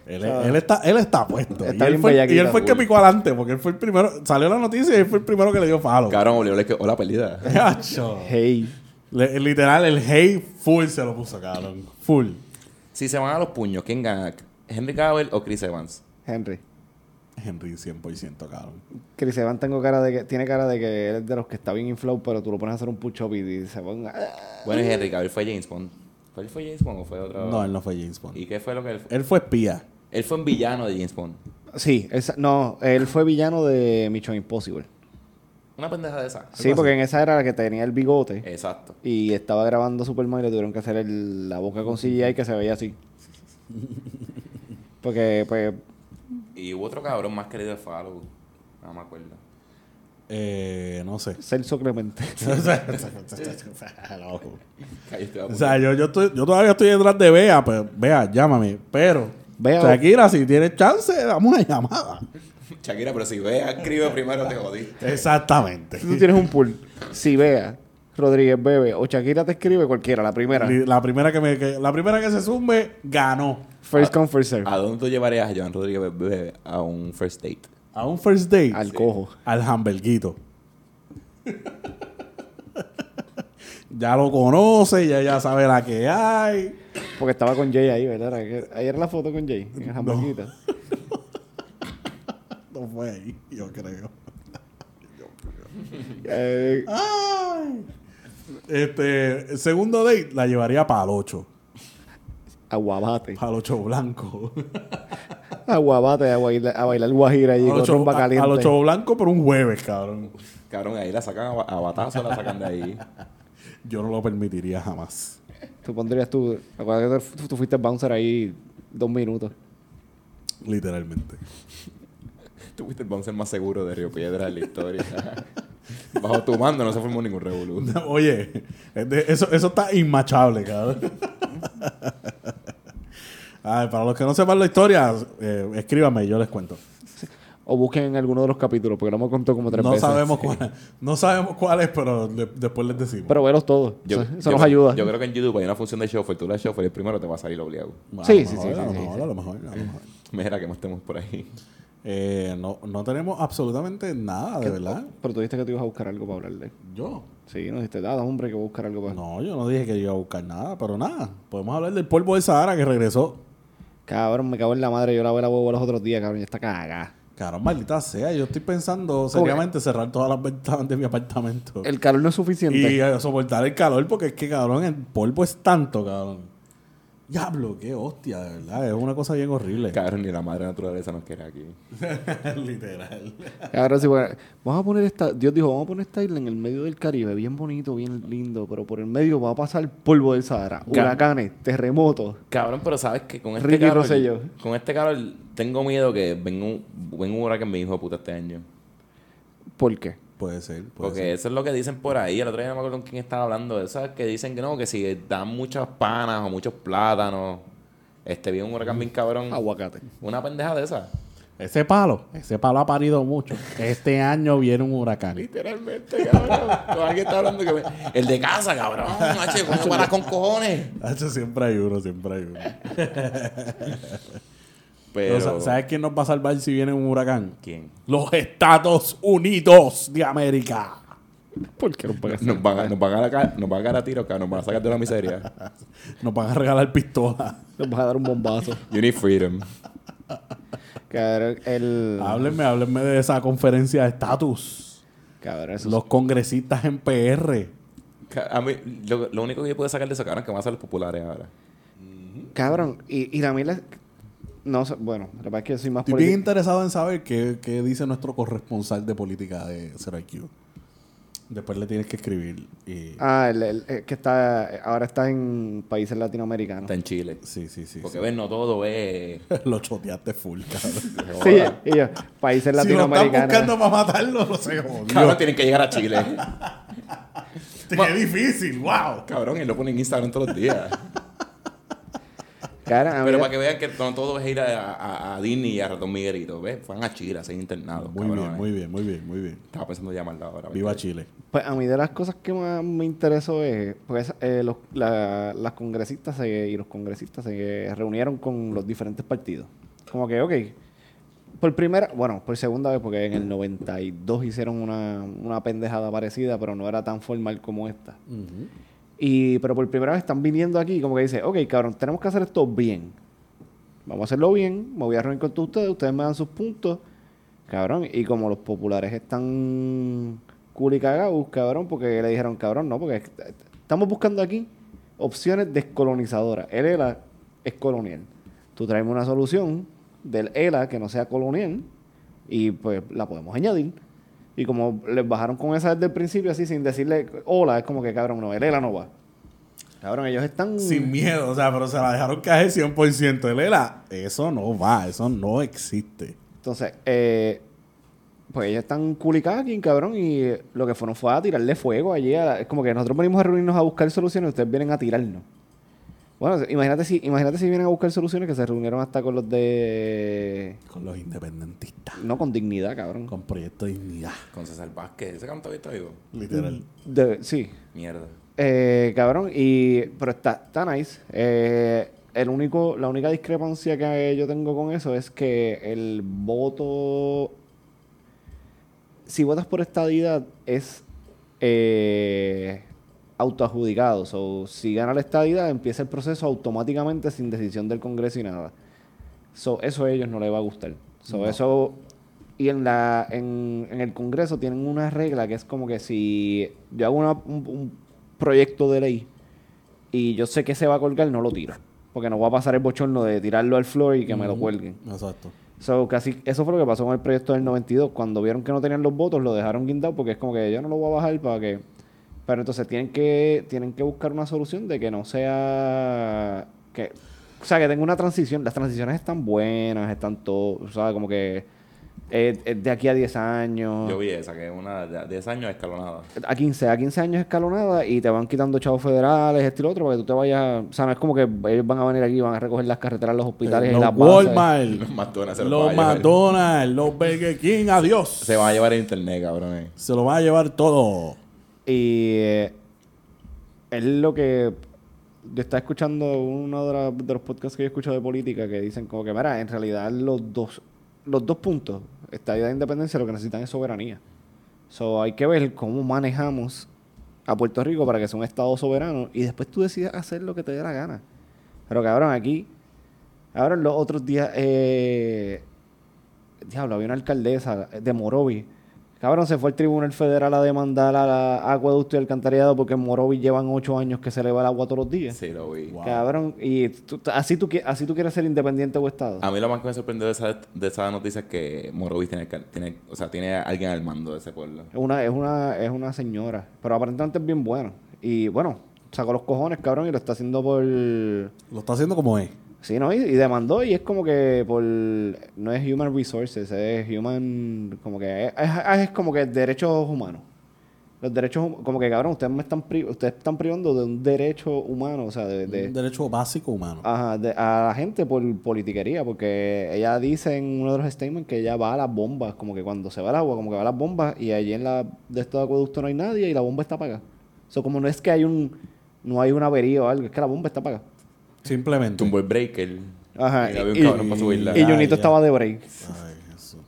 Speaker 2: Él, es- él está, él está puesto.
Speaker 4: Está
Speaker 2: y, él
Speaker 4: bien
Speaker 2: fue, y
Speaker 4: bellaquita,
Speaker 2: él fue el que
Speaker 3: full.
Speaker 2: picó adelante porque él fue el primero. Salió la noticia y él fue el primero que le dio follow.
Speaker 3: Cabrón, obligó, le que hola perdida.
Speaker 2: Cacho.
Speaker 4: Hey.
Speaker 2: Le- literal, el hey full se lo puso, cabrón. Full.
Speaker 3: si se van a los puños, ¿quién gana? ¿Henry Cavill o Chris Evans?
Speaker 4: Henry.
Speaker 2: Henry 100%, cabrón.
Speaker 4: Chris Evans tengo cara de que, tiene cara de que él es de los que está bien inflado, pero tú lo pones a hacer un push-up y se ponga. "Ah".
Speaker 3: Bueno, y Henry Cavill fue James Bond. ¿Fue él fue James Bond o fue
Speaker 4: Oh.
Speaker 3: otro?
Speaker 2: No, él no fue James Bond.
Speaker 3: ¿Y qué fue lo que él fue?
Speaker 2: Él fue espía.
Speaker 3: Él fue un villano de James Bond.
Speaker 4: Sí, esa- no, él fue villano de Mission Impossible.
Speaker 3: Una pendeja de esa.
Speaker 4: Sí, porque en esa era la que tenía el bigote.
Speaker 3: Exacto.
Speaker 4: Y estaba grabando Superman y le tuvieron que hacer el- la boca con CGI que se veía así. Porque, pues,
Speaker 3: Y hubo otro cabrón más querido de Fallow. No me acuerdo.
Speaker 2: Eh, no sé.
Speaker 4: Celso Clemente.
Speaker 3: Ahí estoy a
Speaker 2: o
Speaker 3: punto.
Speaker 2: sea, yo, yo, estoy- yo todavía estoy detrás de Bea, pero Bea, llámame. Pero,
Speaker 4: Bea-
Speaker 2: Shakira, si tienes chance, dame una llamada.
Speaker 3: Shakira, pero si ve, escribe primero, te jodiste.
Speaker 2: Exactamente.
Speaker 4: Si tú tienes un pool, si vea, Rodríguez Bebe o Shakira te escribe cualquiera, la primera.
Speaker 2: Li- La primera que, me, que- la primera que se zumbe, ganó.
Speaker 4: First come, first serve.
Speaker 2: ah.
Speaker 3: ¿A dónde tú llevarías a Joan Rodríguez Bebe a un first date?
Speaker 2: A un first date.
Speaker 4: Al cojo.
Speaker 2: Al hamburguito. Ya lo conoce, ya, ya sabe la que hay.
Speaker 4: Porque estaba con Jay ahí, ¿verdad? Ayer- Ayer la foto con Jay, en la
Speaker 2: No.
Speaker 4: jamaiquita.
Speaker 2: No fue ahí, yo creo.
Speaker 4: Eh,
Speaker 2: Ay. Este, el segundo date la llevaría para el 8.
Speaker 4: aguabate.
Speaker 2: Para el 8 blanco.
Speaker 4: Aguabate, a bailar, a bailar guajira allí
Speaker 2: Al
Speaker 4: con
Speaker 2: 8
Speaker 4: rumba caliente.
Speaker 2: blanco por un jueves, cabrón.
Speaker 3: Cabrón, ahí la sacan a, ba- a batazo, la sacan de ahí.
Speaker 2: Yo no lo permitiría jamás.
Speaker 4: Tú pondrías tú... Acuérdate que tú, tú fuiste bouncer ahí dos minutos.
Speaker 2: Literalmente.
Speaker 3: Tú fuiste el bouncer más seguro de Río Piedra en la historia. Bajo tu mando no se formó ningún revolú.
Speaker 2: No, Oye, es de- eso, eso está inmachable, cabrón. Ay, para los que no sepan la historia, eh, escríbame y yo les cuento.
Speaker 4: O busquen en alguno de los capítulos, porque no me contó como tres
Speaker 2: No
Speaker 4: veces.
Speaker 2: sabemos, cuál, no sabemos cuál es, pero le- después les decimos.
Speaker 4: Pero velos todos.
Speaker 3: Yo-
Speaker 4: eso eso
Speaker 3: yo-
Speaker 4: nos ayuda.
Speaker 3: Yo creo que en YouTube hay una función de chofer. Tú le das chofer, el primero te va a salir obligado.
Speaker 2: Bueno,
Speaker 4: Sí,
Speaker 2: a lo
Speaker 4: sí, sí,
Speaker 2: mejor,
Speaker 4: sí,
Speaker 2: A lo
Speaker 4: sí,
Speaker 2: mejor,
Speaker 4: sí.
Speaker 2: a lo mejor, a lo mejor.
Speaker 3: Mira que no estemos por ahí.
Speaker 2: Eh, no, no tenemos absolutamente nada, Ah, de verdad.
Speaker 4: Pero tú dijiste que tú ibas a buscar algo para hablarle.
Speaker 2: Yo.
Speaker 4: Sí, nos dijiste, ah, hombre, que voy a buscar algo para...
Speaker 2: No, yo no dije que yo iba a buscar nada, pero nada. Podemos hablar del polvo de Sahara que regresó.
Speaker 4: Cabrón, me cago en la madre. Yo la voy a la huevo los otros días, cabrón. Ya está cagada.
Speaker 2: Cabrón, maldita sea. Yo estoy pensando seriamente cerrar todas las ventanas de mi apartamento.
Speaker 4: El calor no es
Speaker 2: Y
Speaker 4: suficiente.
Speaker 2: eh, soportar el calor porque es que, cabrón, el polvo es tanto, cabrón. Diablo, qué hostia, de verdad. Es una cosa bien horrible.
Speaker 3: Cabrón, ni la madre naturaleza nos quiere aquí.
Speaker 2: Literal.
Speaker 4: Cabrón, sí, porque- Vamos a poner esta... Dios dijo, vamos a poner esta isla en el medio del Caribe. Bien bonito, bien lindo. Pero por el medio va a pasar polvo del Sahara.
Speaker 3: Cabrón.
Speaker 4: Huracanes, terremotos.
Speaker 3: Cabrón, pero sabes que con este
Speaker 4: Ricky
Speaker 3: calor...
Speaker 4: Rosselló.
Speaker 3: Con este calor tengo miedo que venga un, venga un huracán mi hijo de puta este año.
Speaker 4: ¿Por qué?
Speaker 2: Puede ser, puede
Speaker 3: Porque eso es lo que dicen por ahí. El otro día no me acuerdo con quién estaba hablando de eso. Que dicen que no, que si dan muchas panas o muchos plátanos, este viene un huracán bien cabrón.
Speaker 2: Ah,
Speaker 4: Aguacate.
Speaker 3: Una pendeja de esa.
Speaker 2: ser. Ese palo, ese palo ha parido mucho. Este año viene un huracán.
Speaker 3: Literalmente, cabrón. Con alguien está hablando que me- El de casa, cabrón. H, ¿cómo paras con cojones?
Speaker 2: Hacho, siempre hay uno, siempre hay uno.
Speaker 3: Pero.
Speaker 2: Pero, sa- ¿Sabes quién nos va a salvar si viene un huracán?
Speaker 3: ¿Quién?
Speaker 2: Los Estados Unidos de América.
Speaker 4: ¿Por qué no pagas?
Speaker 3: Nos van, a, nos, van a la ca- nos van a cagar a tiros, cabrón. Nos van a sacar de la miseria.
Speaker 2: Nos van a regalar pistolas.
Speaker 4: Nos vas a dar un bombazo.
Speaker 3: You need freedom.
Speaker 4: Cabrón, el...
Speaker 2: Háblenme, háblenme de esa conferencia de estatus.
Speaker 4: Cabrón, eso es-
Speaker 2: Los congresistas en PR.
Speaker 3: Ca- A mí, lo, lo único que yo puedo sacar de eso, cabrón, es que van a ser los populares ahora.
Speaker 4: Cabrón, y, y la mierda... es- No sé, bueno, la verdad es que yo soy más
Speaker 2: Estoy bien
Speaker 4: politi-
Speaker 2: interesado en saber qué, qué dice nuestro corresponsal de política de CRQ. Después le tienes que escribir. Y...
Speaker 4: Ah, el, el- el que está... Ahora está en países latinoamericanos.
Speaker 3: Está en Chile.
Speaker 2: Sí, sí, sí.
Speaker 3: Porque
Speaker 2: sí.
Speaker 3: ves, no todo es.
Speaker 2: Lo choteaste full, cabrón.
Speaker 4: Sí, y yo, países
Speaker 2: si lo están
Speaker 4: latinoamericanos.
Speaker 2: buscando para matarlo, no sé cómo.
Speaker 3: Cabrón, tienen que llegar a Chile.
Speaker 2: Qué difícil, wow.
Speaker 3: Cabrón, y lo ponen en Instagram todos los días.
Speaker 4: Cabrón, a mí
Speaker 3: Pero
Speaker 4: la-
Speaker 3: para que vean que no todo es ir a, a- a Disney y a Ratón Miguelito, ¿ves? Van a Chile a ser internados,
Speaker 2: Muy
Speaker 4: eh.
Speaker 3: cabrones.
Speaker 2: bien, muy bien, muy bien, muy bien.
Speaker 3: Estaba pensando llamarla ahora.
Speaker 2: Viva Chile.
Speaker 4: Pues a mí de las cosas que más me interesó es, pues eh, los- la- las congresistas se- y los congresistas se reunieron con los diferentes partidos. Como que, ok, por primera, bueno, por segunda vez, porque en el 92 hicieron una, una pendejada parecida, pero no era tan formal como esta. Y, pero por primera vez están viniendo aquí, como que dice, ok, cabrón, tenemos que hacer esto bien. Vamos a hacerlo bien, me voy a reunir con todos ustedes, ustedes me dan sus puntos. Cabrón, y como los populares están cool y cagados, cabrón, porque le dijeron, cabrón, no, porque est- est- estamos buscando aquí opciones descolonizadoras. El ELA es colonial. Tú traemos una solución del ELA que no sea colonial y pues la podemos añadir. Y como les bajaron con esa desde el principio, así sin decirle hola, es como que cabrón, no, el ELA no va. Cabrón, ellos están.
Speaker 2: Sin miedo, o sea, pero se la dejaron caer 100%. Lela, eso no va, eso no existe.
Speaker 4: Entonces, eh, pues ellos están culicaquín, cabrón, y lo que fueron fue a tirarle fuego allí. a la- es como que nosotros venimos a reunirnos a buscar soluciones y ustedes vienen a tirarnos. Bueno, se- imagínate si, imagínate si vienen a buscar soluciones que se reunieron hasta con los de...
Speaker 2: Con los independentistas,
Speaker 4: No, con dignidad, cabrón.
Speaker 2: con Proyecto Dignidad,
Speaker 3: Con César Vázquez, ese canto está vivo.
Speaker 2: literal.
Speaker 4: De- sí,
Speaker 3: Mierda.
Speaker 4: Eh, cabrón, y, pero está, está nice. Eh, el único, la única discrepancia que yo tengo con eso es que el voto. Si votas por estadidad, es eh, autoadjudicados. O si gana la estadidad, empieza el proceso automáticamente sin decisión del Congreso y nada. So, eso a ellos no les va a gustar. So, Eso. Y en, la, en, en el Congreso tienen una regla que es como que si yo hago una- un, un proyecto de ley y yo sé que se va a colgar, no lo tiro. Porque no va a pasar el bochorno de tirarlo al floor y que me lo cuelguen.
Speaker 2: Exacto.
Speaker 4: So, casi, eso fue lo que pasó con el proyecto del 92. Cuando vieron que no tenían los votos, lo dejaron guindado porque es como que yo no lo voy a bajar para que... Pero entonces tienen que, tienen que buscar una solución de que no sea... Que, o sea, que tenga una transición. Las transiciones están buenas, están todo... O sea, como que eh, eh, de aquí a 10 años.
Speaker 3: Yo vi esa, que es una de 10 años escalonada.
Speaker 4: A 15, a 15 años escalonada y te van quitando chavos federales, este y lo otro, para que tú te vayas... O sea, no es como que ellos van a venir aquí, van a recoger las carreteras, los hospitales y
Speaker 2: Eh, los
Speaker 4: las bases.
Speaker 2: Walmart,
Speaker 3: Los McDonald's se los va a
Speaker 2: los
Speaker 3: llevar.
Speaker 2: McDonald's, los Burger King, adiós.
Speaker 3: Se van a llevar el internet, cabrones.
Speaker 2: Se lo van a llevar todo.
Speaker 4: Y eh, es lo que yo estaba escuchando uno de, la- de los podcasts que yo escucho de política que dicen como que, mira, en realidad los dos, los dos puntos, estadía de independencia, lo que necesitan es soberanía. So hay que ver cómo manejamos a Puerto Rico para que sea un estado soberano y después tú decides hacer lo que te dé la gana. Pero cabrón, aquí, cabrón, los otros días, eh, diablo, había una alcaldesa de Morovi. Cabrón, se fue al Tribunal Federal a demandar a la Acueducto y Alcantarillado porque en Morovi llevan ocho años que se le va el agua todos los días.
Speaker 3: Sí, lo vi.
Speaker 2: Wow.
Speaker 4: Cabrón, y tú- así, tú, qui- así tú quieres ser independiente o Estado.
Speaker 3: A mí lo más que me sorprendió de esa, de esa noticia es que Morovis tiene, alca- tiene, o sea, tiene a alguien al mando de ese pueblo.
Speaker 4: Es una, es una, es una señora. Pero aparentemente es bien buena. Y bueno, sacó los cojones, cabrón, y lo está haciendo por.
Speaker 2: Lo está haciendo como es.
Speaker 4: Sí, ¿no? Y, y demandó, y es como que por. No es human resources, es human. Como que. Es, es- es como que derechos humanos. Los derechos. hum- Como que, cabrón, ustedes me están, pri- ustedes están privando de un derecho humano, o sea, de- de Ah.
Speaker 2: Un derecho básico humano.
Speaker 4: Ajá, de- a la gente por politiquería, porque ella dice en uno de los statements que ella va a las bombas, como que cuando se va el agua, como que va a las bombas y allí en la de estos acueductos no hay nadie y la bomba está apagada. O sea, como no es que hay un no hay una avería o algo, es que la bomba está apagada.
Speaker 2: Simplemente.
Speaker 3: Tumbó el breaker.
Speaker 4: Ajá.
Speaker 3: Y había un
Speaker 4: y-
Speaker 3: cabrón para subirla.
Speaker 4: Y
Speaker 2: Ah,
Speaker 4: Junito
Speaker 2: ya.
Speaker 4: estaba de break.
Speaker 2: Ay, Jesús.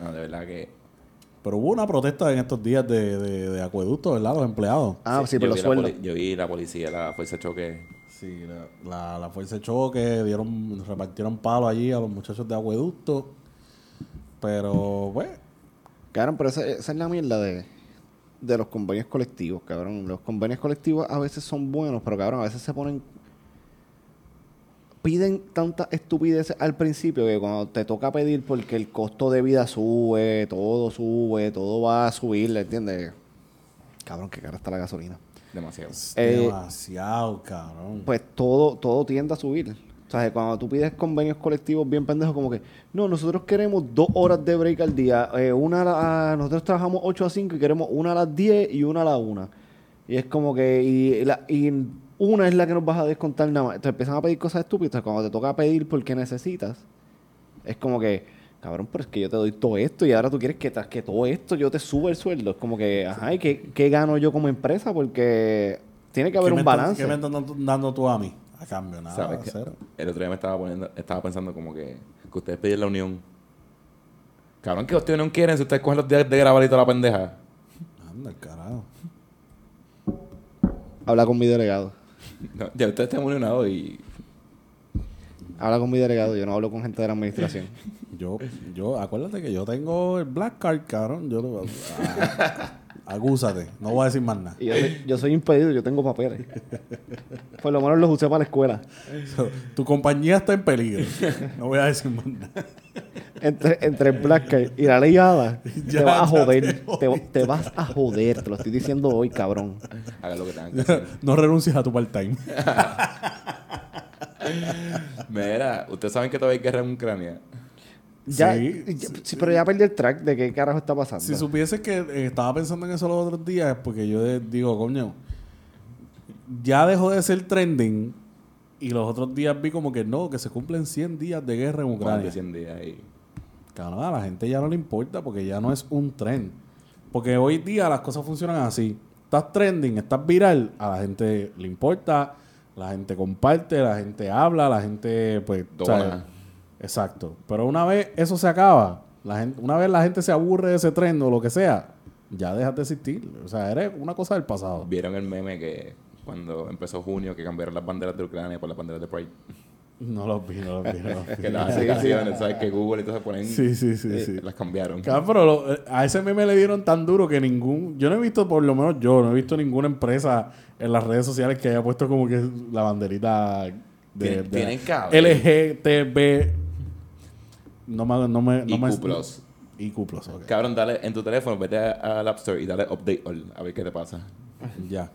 Speaker 3: No, Ah, de verdad que.
Speaker 2: Pero hubo una protesta en estos días de, de, de acueducto, ¿verdad? Los empleados.
Speaker 4: Ah, sí,
Speaker 3: yo
Speaker 4: por los
Speaker 3: vi la
Speaker 4: sueldos.
Speaker 3: poli- Yo vi la policía, la fuerza de choque.
Speaker 2: Sí, la, la, la fuerza de choque, dieron, repartieron palos allí a los muchachos de acueducto. Pero, pues,
Speaker 4: Cabrón, pero esa, esa es la mierda de, de los convenios colectivos, cabrón. Los convenios colectivos a veces son buenos, pero cabrón, a veces se ponen. Piden tantas estupideces al principio que cuando te toca pedir porque el costo de vida sube, todo sube, todo va a subir, ¿entiendes? Cabrón, qué cara está la gasolina.
Speaker 3: Demasiado.
Speaker 2: es
Speaker 4: Eh,
Speaker 2: demasiado, cabrón.
Speaker 4: Pues todo, todo tiende a subir. O sea, que cuando tú pides convenios colectivos bien pendejos, como que, no, nosotros queremos dos horas de break al día. eh, una a la- a- Nosotros trabajamos 8 a 5 y queremos una a las 10 y una a la 1. Y es como que, y, la- y una es la que nos vas a descontar nada más. Te empiezan a pedir cosas estúpidas. Cuando te toca pedir porque necesitas, es como que, cabrón, pero es que yo te doy todo esto y ahora tú quieres que, tras que todo esto yo te suba el sueldo. Es como que, ajá, ¿y qué, qué gano yo como empresa? Porque tiene que
Speaker 2: ¿Qué
Speaker 4: haber
Speaker 2: me
Speaker 4: un
Speaker 2: estás-
Speaker 4: balance.
Speaker 2: ¿Qué me estás dando, dando tú a mí? A cambio, nada.
Speaker 3: ¿Sabes qué?
Speaker 2: Ah, cero.
Speaker 3: El otro día me estaba poniendo, estaba pensando como que, que ustedes piden la unión. Cabrón, que ustedes no quieren si ustedes cogen los días de grabar y toda la pendeja.
Speaker 2: Anda, el carajo.
Speaker 4: Habla con mi delegado.
Speaker 3: No, ya ustedes están unionados y.
Speaker 4: Habla con mi delegado, yo no hablo con gente de la administración.
Speaker 2: Yo, yo, acuérdate que yo tengo el black card, cabrón. Yo lo- ah, Agúzate, no voy a decir más nada.
Speaker 4: Y yo, soy, yo soy impedido, yo tengo papeles. Por lo menos los usé para la escuela.
Speaker 2: So, tu compañía está en peligro. No voy a decir más nada.
Speaker 4: Entre, entre el Black Card y la ley Ada,
Speaker 2: Ya,
Speaker 4: te vas
Speaker 2: ya
Speaker 4: a joder.
Speaker 2: te
Speaker 4: Te, te vas a joder, te lo estoy diciendo hoy, cabrón.
Speaker 3: Hagan lo que tengan que hacer.
Speaker 2: No renuncies a tu part-time.
Speaker 3: Mira, ustedes saben que todavía hay guerra en Ucrania.
Speaker 4: Ya,
Speaker 2: Sí.
Speaker 4: ya- sí, pero ya perdí el track de qué carajo está pasando.
Speaker 2: Si supieses que eh, estaba pensando en eso los otros días, porque yo de- digo, coño, ya dejó de ser trending y los otros días vi como que no, que se cumplen 100 días de guerra en
Speaker 3: Más de
Speaker 2: Ucrania.
Speaker 3: 100 días y.
Speaker 2: Cabrón, a la gente ya no le importa porque ya no es un tren. Porque hoy día las cosas funcionan así. Estás trending, estás viral, a la gente le importa, la gente comparte, la gente habla, la gente pues...
Speaker 3: Dona.
Speaker 2: ¿sabes? Exacto. Pero una vez eso se acaba, la gente, una vez la gente se aburre de ese tren o lo que sea, Ya dejas de existir. O sea, eres una cosa del pasado.
Speaker 3: ¿Vieron el meme que cuando empezó junio que cambiaron las banderas de Ucrania por las banderas de Pride?
Speaker 2: No los vi, no los vi. No los vi.
Speaker 3: Que las aplicaciones, ¿sabes? Que Google y todo se ponen...
Speaker 2: Sí, sí, sí,
Speaker 3: eh,
Speaker 2: sí.
Speaker 3: Las cambiaron.
Speaker 2: Cabrón, pero lo- eh, a ese meme le dieron tan duro que ningún. Yo no he visto, por lo menos yo, no he visto ninguna empresa en las redes sociales que haya puesto como que la banderita de.
Speaker 3: Tienen-
Speaker 2: de-
Speaker 3: tienen cable.
Speaker 2: LGTB. No me. No me, no me
Speaker 3: IQ+.
Speaker 2: IQ plus, ok.
Speaker 3: Cabrón, dale en tu teléfono, vete a- al App Store y dale update all, a ver qué te pasa.
Speaker 2: Ya.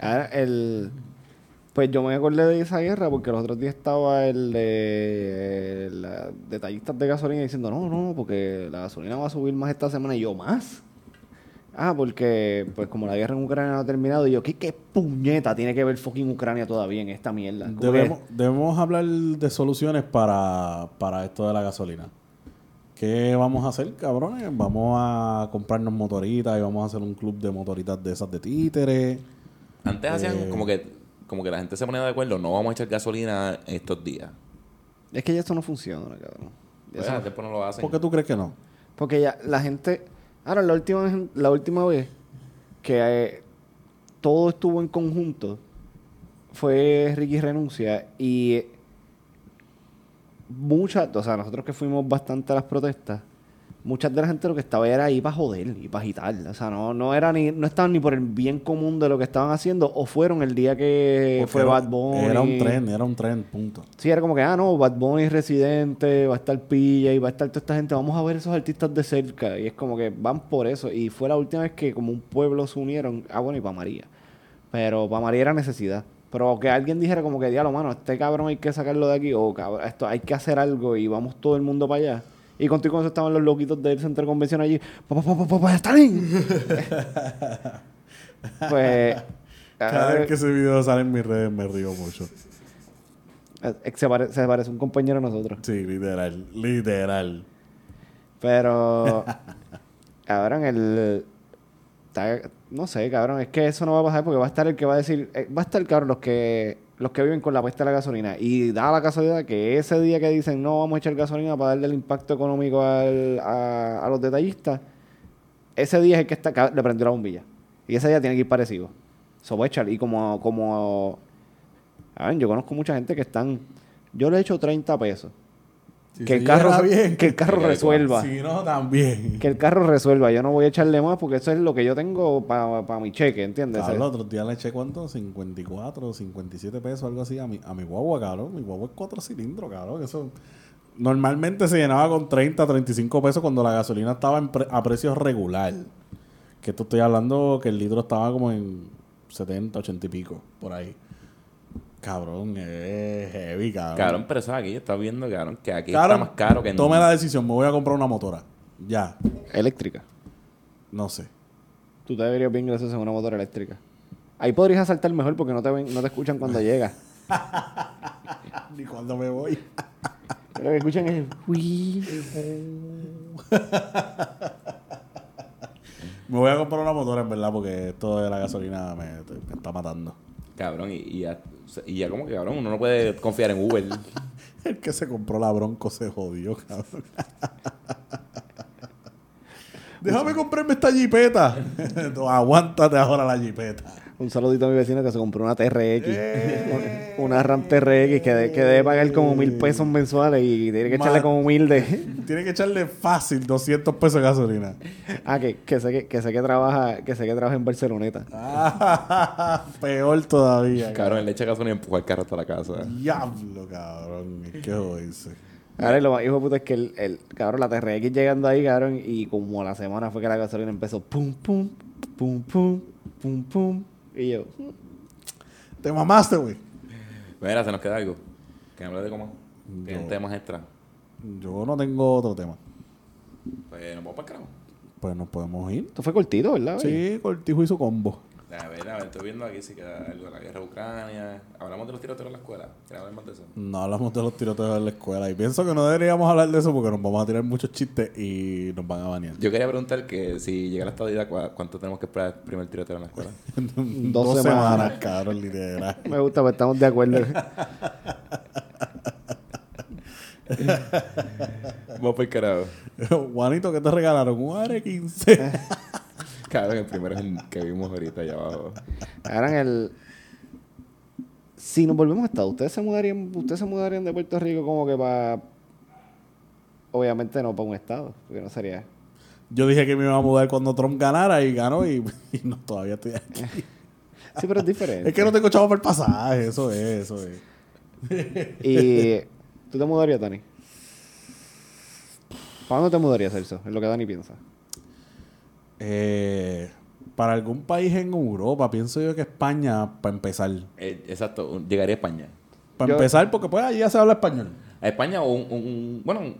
Speaker 4: Ahora, Ah, el, pues yo me acordé de esa guerra porque los otros días estaba el de la- detallistas de gasolina diciendo, no, no, porque la gasolina va a subir más esta semana y yo más. Ah, porque pues como la guerra en Ucrania no ha terminado, y yo, ¿qué, qué puñeta tiene que ver fucking Ucrania todavía en esta mierda? Como que-
Speaker 2: Debemos, debemos hablar de soluciones para, para esto de la gasolina. ¿Qué vamos a hacer, cabrones? Vamos a comprarnos motoritas y vamos a hacer un club de motoritas de esas de títeres. Eh.
Speaker 3: Antes hacían como que, como que la gente se ponía de acuerdo, no vamos a echar gasolina estos días.
Speaker 4: Es que ya esto no funciona, cabrón. Ya
Speaker 3: Pues,
Speaker 4: eso no-
Speaker 3: después no lo hacen.
Speaker 2: ¿Por qué tú crees que no?
Speaker 4: Porque ya la gente. Ahora, la última, vez- la última vez que eh, todo estuvo en conjunto fue Ricky Renuncia y eh, muchas, o sea, nosotros que fuimos bastante a las protestas, muchas de la gente lo que estaba era ahí para joder y para agitar. O sea, no, no, era ni, no estaban ni por el bien común de lo que estaban haciendo o fueron el día que
Speaker 2: Porque
Speaker 4: Eh, fue
Speaker 2: era-
Speaker 4: Bad Bunny.
Speaker 2: Era un tren, era un tren, punto.
Speaker 4: Sí, era como que, ah, no, Bad Bunny es residente, va a estar Pilla y va a estar toda esta gente, vamos a ver esos artistas de cerca. Y es como que van por eso. Y fue la última vez que como un pueblo se unieron, ah, bueno, y para María. Pero para María era necesidad. Pero que alguien dijera como que, diablo, mano, este cabrón hay que sacarlo de aquí, o cabrón, esto hay que hacer algo y vamos todo el mundo para allá. Y contigo con eso estaban los loquitos del centro de convención allí, papá, papá, papá, Stalin. pues...
Speaker 2: Cada
Speaker 4: ah,
Speaker 2: vez que ese video sale en mis redes me río mucho.
Speaker 4: eh, Se pare- se parece un compañero a nosotros.
Speaker 2: Sí, literal, literal.
Speaker 4: Pero, cabrón, el... está- no sé, cabrón, es que eso no va a pasar porque va a estar el que va a decir... eh, va a estar, cabrón, los que, los que viven con la puesta de la gasolina. Y da la casualidad que ese día que dicen, no, vamos a echar gasolina para darle el impacto económico al- a, a los detallistas, ese día es el que está, cab- le prendió la bombilla. Y ese día tiene que ir parecido. So, voy a echar. Y como... como a ver, yo conozco mucha gente que están... Yo le echo 30 pesos.
Speaker 2: Si
Speaker 4: que,
Speaker 2: se
Speaker 4: el carro,
Speaker 2: lleva
Speaker 4: se-
Speaker 2: bien.
Speaker 4: que el carro
Speaker 3: Que le-
Speaker 4: resuelva
Speaker 2: Si no, también.
Speaker 4: que el carro resuelva. Yo no voy a echarle más porque eso es lo que yo tengo para mi cheque, ¿entiendes?
Speaker 2: Cabrón, otro día le eché cuánto? 54, 57 pesos, algo así a mi, a mi guagua, cabrón. Mi guagua es cuatro cilindros, cabrón. Eso normalmente se llenaba con 30, 35 pesos cuando la gasolina estaba en pre- a precio regular. Que esto estoy hablando que el litro estaba como en 70, 80 y pico, por ahí. Cabrón, es heavy, cabrón.
Speaker 3: Cabrón, pero eso aquí, estás viendo, cabrón, que aquí
Speaker 2: Cabrón,
Speaker 3: está más caro que en-
Speaker 2: Tome la decisión, me voy a comprar una motora. Ya,
Speaker 4: Eléctrica.
Speaker 2: no sé.
Speaker 4: Tú te verías bien gracioso en una motora eléctrica. Ahí podrías saltar mejor porque no te, ven- no te escuchan cuando llegas.
Speaker 2: Ni cuando me voy.
Speaker 4: Lo que escuchan es... "Uy".
Speaker 2: Me voy a comprar una motora, en verdad, porque esto de la gasolina me, te- me está matando.
Speaker 3: Cabrón, y, y ya, y ya como que, cabrón, uno no puede confiar en Uber.
Speaker 2: El que se compró la bronco se jodió, cabrón. Déjame comprarme esta jipeta. No, aguántate ahora la jipeta.
Speaker 4: Un saludito a mi vecino que se compró una TRX.
Speaker 2: ¡Eh!
Speaker 4: Un- Una RAM TRX que, de- que debe pagar como mil pesos mensuales y tiene que echarle
Speaker 2: Ma-
Speaker 4: como mil de...
Speaker 2: Tiene que echarle fácil 200 pesos de gasolina.
Speaker 4: Ah, que, que sé que, que sé que trabaja que sé que trabaja en Barceloneta.
Speaker 2: Ah, peor todavía.
Speaker 3: cabrón, le echa gasolina y empuja el carro hasta la
Speaker 2: Mm.
Speaker 3: casa.
Speaker 2: Diablo, cabrón. Qué jodice.
Speaker 4: Ahora, y lo más hijo de puta es que el, el- cabrón, la TRX llegando ahí, cabrón, y como a la semana fue que la gasolina empezó pum, pum, pum, pum, pum, pum. Y yo,
Speaker 2: Te mamaste, güey.
Speaker 3: Mira, se nos queda algo. Que hablar de cómo. Tienen
Speaker 2: No.
Speaker 3: temas extra.
Speaker 2: Yo no tengo otro tema.
Speaker 3: Pues nos vamos para el carajo.
Speaker 2: Pues nos podemos ir.
Speaker 4: esto fue cortito, ¿verdad? güey?
Speaker 2: Sí, Cortijo y su combo.
Speaker 3: A ver, a ver, estoy viendo aquí si queda algo de la guerra de Ucrania. Hablamos de los tiroteos en la escuela. ¿Quieres hablar más de eso?
Speaker 2: No hablamos de los tiroteos en la escuela. Y pienso que no deberíamos hablar de eso porque nos vamos a tirar muchos chistes y nos van a banear.
Speaker 3: Yo quería preguntar que si llegara esta vida, ¿cuá- ¿cuánto tenemos que esperar el primer tiroteo en la escuela?
Speaker 2: Dos,
Speaker 4: Dos
Speaker 2: semanas,
Speaker 4: semanas.
Speaker 2: cabrón, literal.
Speaker 4: Me gusta, pero estamos de acuerdo.
Speaker 3: vamos para el carajo.
Speaker 2: Juanito, ¿qué te regalaron? Un AR-15.
Speaker 3: Cabrón, el primero es el que vimos ahorita allá abajo.
Speaker 4: Ahora en el. Si nos volvemos a Estados, ¿ustedes se mudarían, ustedes se mudarían de Puerto Rico como que para. Obviamente no para un estado, porque no sería.
Speaker 2: Yo dije que me iba a mudar cuando Trump ganara y ganó y, y no, todavía estoy aquí.
Speaker 4: Sí, pero es diferente.
Speaker 2: Es que no tengo chavo para el pasaje, eso es, eso es.
Speaker 4: Y. ¿Tú te mudarías, Dani? ¿Para dónde te mudarías, Celso? Es lo que Dani piensa.
Speaker 2: Eh, para algún país en Europa, pienso yo que España, para empezar.
Speaker 3: Eh, exacto, llegaría a España.
Speaker 2: Para
Speaker 4: Yo-
Speaker 2: empezar, porque pues allí ya se habla español.
Speaker 3: A España o un, un- un- bueno, un-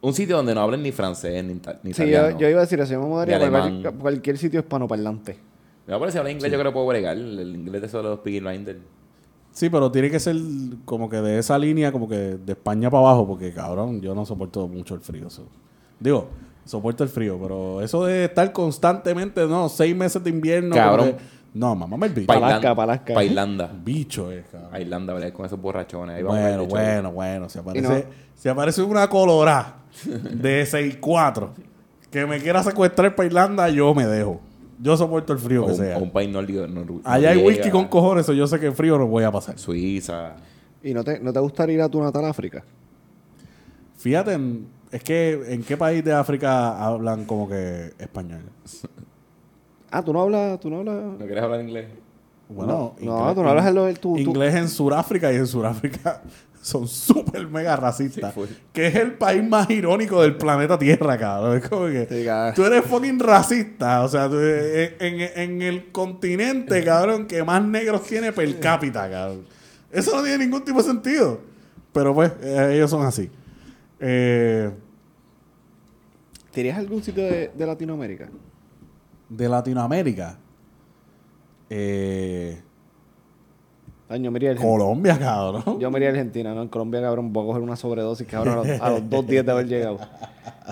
Speaker 3: un sitio donde no hablen ni francés, ni, ita- ni
Speaker 4: Sí, yo,
Speaker 3: italiano.
Speaker 4: yo iba a decir eso, yo me mudaría
Speaker 3: Ni
Speaker 4: para
Speaker 3: alemán.
Speaker 4: cualquier, cualquier sitio hispanoparlante.
Speaker 3: Me va a parecer hablar inglés, yo creo que puedo bregar. El, el inglés de esos de los Piggy Blinders.
Speaker 2: Sí, pero tiene que ser como que de esa línea, como que de España para abajo, porque cabrón, yo no soporto mucho el frío. so- Digo, soporto el frío, pero eso de estar constantemente, no, seis meses de invierno. como
Speaker 3: Cabrón.
Speaker 2: que- no, mamá, me el bicho.
Speaker 4: Paila-
Speaker 3: Pailanda-
Speaker 4: Palasca. ¿eh?
Speaker 3: Pailanda.
Speaker 2: Bicho es, cabrón.
Speaker 3: A Irlanda, bregar con esos borrachones. Ahí vamos a ver,
Speaker 2: Bueno,
Speaker 3: de hecho.
Speaker 2: bueno, bueno. Si aparece,
Speaker 4: no-
Speaker 2: si aparece una colorada de 6'4 que me quiera secuestrar para Irlanda, yo me dejo. Yo soporto el frío
Speaker 3: O
Speaker 2: que
Speaker 3: un,
Speaker 2: sea.
Speaker 3: o un país nórdico. nor-
Speaker 2: Allá hay
Speaker 3: Noruega,
Speaker 2: whisky con cojones, o yo sé que el frío no voy a pasar.
Speaker 3: Suiza.
Speaker 4: ¿Y no te, no te gustaría ir a tu natal África?
Speaker 2: Fíjate, en- es que ¿en qué país de África hablan como que español?
Speaker 4: Ah, tú no hablas, tú no hablas.
Speaker 3: ¿No quieres hablar inglés?
Speaker 2: Bueno,
Speaker 4: No, no, tú no hablas el- el- tú- tú-
Speaker 2: inglés en Sudáfrica y en Sudáfrica son súper mega racistas.
Speaker 3: Sí, fue.
Speaker 2: que es el país más irónico del planeta Tierra, cabrón. Es como que
Speaker 4: Sí, cabrón.
Speaker 2: tú eres fucking racista. O sea, tú- en, en- en el continente, cabrón, que más negros tiene per cápita, cabrón. Eso no tiene ningún tipo de sentido. Pero pues, eh, ellos son así. Eh,
Speaker 4: ¿Te irías a algún sitio de, de Latinoamérica?
Speaker 2: de Latinoamérica. Eh,
Speaker 4: Ah, Yo me iría a Argentina.
Speaker 2: Colombia, cabrón.
Speaker 4: Yo me iría a Argentina, ¿no? En Colombia, cabrón, voy a coger una sobredosis, cabrón, a los, a los dos días de haber llegado.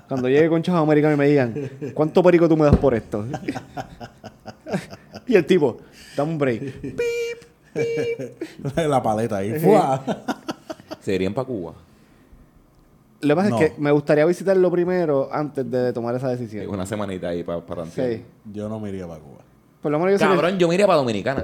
Speaker 4: Cuando llegue con chavos americanos y me digan, ¿cuánto perico tú me das por esto? y el tipo, dame un break.
Speaker 2: La paleta ahí. ¡Fua!
Speaker 3: Se irían para Cuba.
Speaker 4: Lo que pasa
Speaker 2: No.
Speaker 4: es que me gustaría visitarlo primero antes de tomar esa
Speaker 3: Eh,
Speaker 4: decisión.
Speaker 3: Una semanita ahí para para tantear.
Speaker 4: Sí.
Speaker 2: Yo no me iría para Cuba.
Speaker 4: Por lo menos yo sé que-
Speaker 3: Cabrón, yo me iría para Dominicana.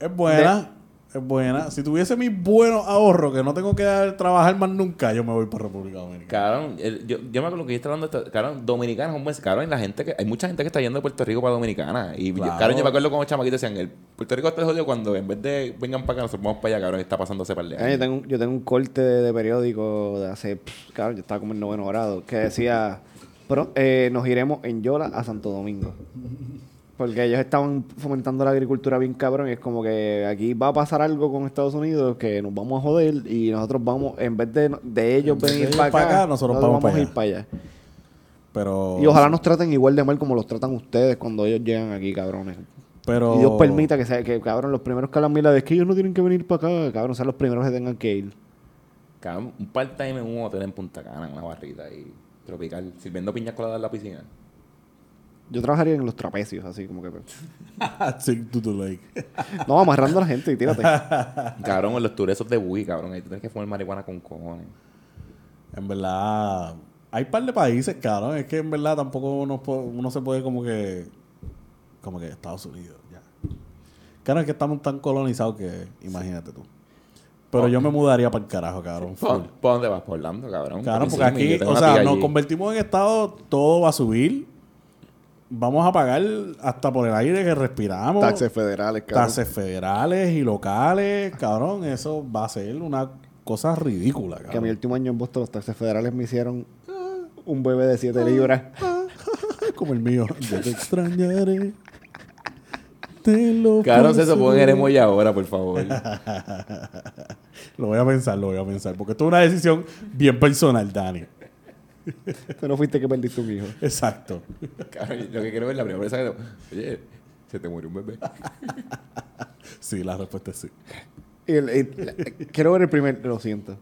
Speaker 2: Es buena, es buena. Si tuviese mis buenos ahorros, que no tengo que dar- trabajar más nunca, yo me voy para República Dominicana.
Speaker 3: Cabrón, el- yo, yo me acuerdo que yo estaba hablando de esto. Cabrón, Dominicana es un buen. Cabrón, y la gente que, hay mucha gente que está yendo de Puerto Rico para Dominicana. Y yo-
Speaker 2: Claro.
Speaker 3: cabrón, yo me acuerdo como chamaquitos decían: el Puerto Rico está jodido cuando en vez de vengan para acá, nosotros vamos para allá, cabrón, y está pasando ese par de
Speaker 4: Ah,
Speaker 3: años.
Speaker 4: yo, tengo, un- yo tengo un corte de, de periódico de hace, pff, claro, yo estaba como en noveno grado, que decía, "Pro- eh, nos iremos en Yola a Santo Domingo. Porque ellos estaban fomentando la agricultura bien cabrón y es como que aquí va a pasar algo con Estados Unidos que nos vamos a joder y nosotros vamos, en vez de, de ellos
Speaker 2: de
Speaker 4: venir
Speaker 2: ellos
Speaker 4: para acá,
Speaker 2: pa' acá, nosotros vamos pa'
Speaker 4: a
Speaker 2: allá. Oh,
Speaker 4: ir para allá.
Speaker 2: Pero.
Speaker 4: Y ojalá nos traten igual de mal como los tratan ustedes cuando ellos llegan aquí, cabrones.
Speaker 2: Pero,
Speaker 4: Y Dios permita que, sea, que cabrón, los primeros que hablan mierda de es que ellos no tienen que venir para acá, cabrón, sean los primeros que tengan que ir.
Speaker 3: Cabrón, un part-time en un hotel en Punta Cana, en una barrita y tropical, sirviendo piñas coladas en la piscina.
Speaker 4: Yo trabajaría en los trapecios, así como que. pues,
Speaker 2: Sing to the lake.
Speaker 4: No, amarrando a la gente y tírate.
Speaker 3: Cabrón, en los turesos de Bui, cabrón, ahí tú tienes que fumar marihuana con cojones.
Speaker 2: En verdad, hay par de países, cabrón. Es que en verdad tampoco uno, po- uno se puede como que. Como que Estados Unidos, ya. Claro, es que estamos tan colonizados que. Imagínate tú. Pero yo me mudaría para el carajo, cabrón. full.
Speaker 3: ¿Por ¿por dónde vas? ¿Por Orlando, cabrón?
Speaker 2: Claro, porque
Speaker 3: Sí, sí, yo
Speaker 2: aquí,
Speaker 3: tengo
Speaker 2: o
Speaker 3: una
Speaker 2: sea,
Speaker 3: tía
Speaker 2: nos
Speaker 3: allí.
Speaker 2: convertimos en estado, todo va a subir. Vamos a pagar hasta por el aire que respiramos.
Speaker 4: Taxes federales, cabrón.
Speaker 2: Taxes federales y locales, cabrón. Eso va a ser una cosa ridícula,
Speaker 4: Que a mi
Speaker 2: cabrón.
Speaker 4: último año en Boston los taxes federales me hicieron un bebé de 7 libras.
Speaker 2: Como el mío. Yo te extrañaré. Te lo
Speaker 3: Cabrón, se
Speaker 2: aseguro.
Speaker 3: supone que ya ahora, por favor.
Speaker 2: Lo voy a pensar, lo voy a pensar. Porque esto es una decisión bien personal, Dani.
Speaker 4: Tú no fuiste que perdiste un hijo.
Speaker 2: Exacto.
Speaker 3: Cabrón, lo que quiero ver es la primera persona que te- Oye, se te murió un bebé.
Speaker 2: Sí, la respuesta es sí.
Speaker 4: Y el- y la- quiero ver el primer. Lo siento.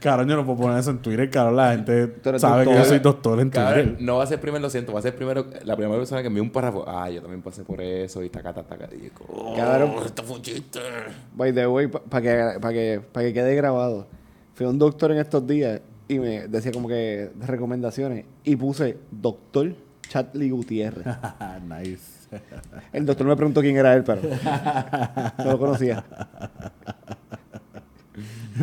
Speaker 2: Cabrón, yo no puedo poner eso en Twitter, cabrón. La gente
Speaker 4: eres
Speaker 2: sabe que
Speaker 4: doctor.
Speaker 2: yo soy doctor en Twitter.
Speaker 3: Cabrón, no va a ser primero, lo siento, va a ser primero la primera persona que envió un párrafo. Ah, yo también pasé por eso y taca, taca, taca. Y yo, oh,
Speaker 4: Cabrón.
Speaker 3: esto fue un chiste.
Speaker 4: By the way, para que, pa' que, pa' que quede grabado. Fui a un doctor en estos días y y me decía como que recomendaciones y puse Doctor Chatley Gutiérrez.
Speaker 2: nice.
Speaker 4: El doctor me preguntó quién era él, pero no lo conocía.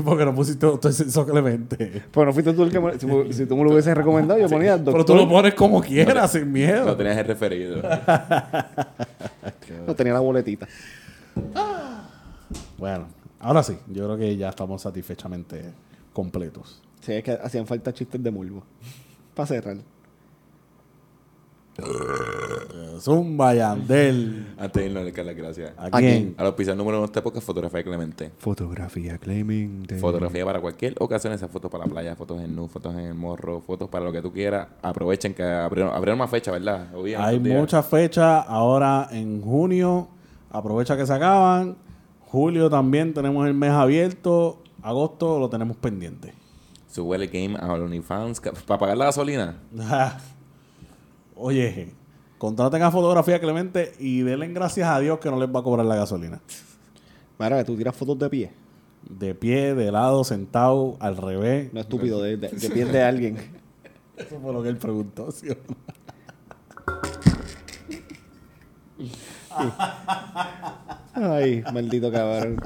Speaker 2: Porque no pusiste doctor Celso Clemente.
Speaker 4: Pero no fuiste tú el que me, si, me- si tú me lo hubieses recomendado, yo ponía doctor.
Speaker 2: Pero tú lo pones como quieras, sin
Speaker 3: No
Speaker 2: miedo.
Speaker 3: tenías el referido.
Speaker 4: No tenía la boletita.
Speaker 2: Bueno, ahora sí, yo creo que ya estamos satisfechamente completos.
Speaker 4: Sí, es que hacían falta chistes de mulbo. Para cerrar.
Speaker 2: Eh, Zumba Yandel.
Speaker 3: Antes de irnos, le doy las gracias.
Speaker 2: ¿A
Speaker 4: ¿A
Speaker 2: quién?
Speaker 4: quién?
Speaker 3: A los pisos número uno de esta época, fotografía Clemente.
Speaker 1: Fotografía
Speaker 4: Este,
Speaker 1: Clemente.
Speaker 3: Fotografía para cualquier ocasión, esas fotos para la playa, fotos en nu, fotos en el morro, fotos para lo que tú quieras. Aprovechen que abrieron, abrieron más fecha, ¿verdad? Hoy en
Speaker 2: Hay
Speaker 3: estos días.
Speaker 2: muchas fechas ahora en junio. Aprovecha que se acaban. Julio también tenemos el mes abierto. Agosto lo tenemos pendiente.
Speaker 3: Sube el game a OnlyFans ca- para pagar la gasolina.
Speaker 2: Oye, contraten a Fotografía Clemente y denle gracias a Dios que no les va a cobrar la gasolina.
Speaker 4: Mira, que tú tiras fotos de pie.
Speaker 2: De pie, de lado, sentado, al revés.
Speaker 4: No estúpido, de, de, de pies de alguien.
Speaker 2: Eso fue lo que él preguntó, ¿sí o no?
Speaker 4: Ay, maldito cabrón.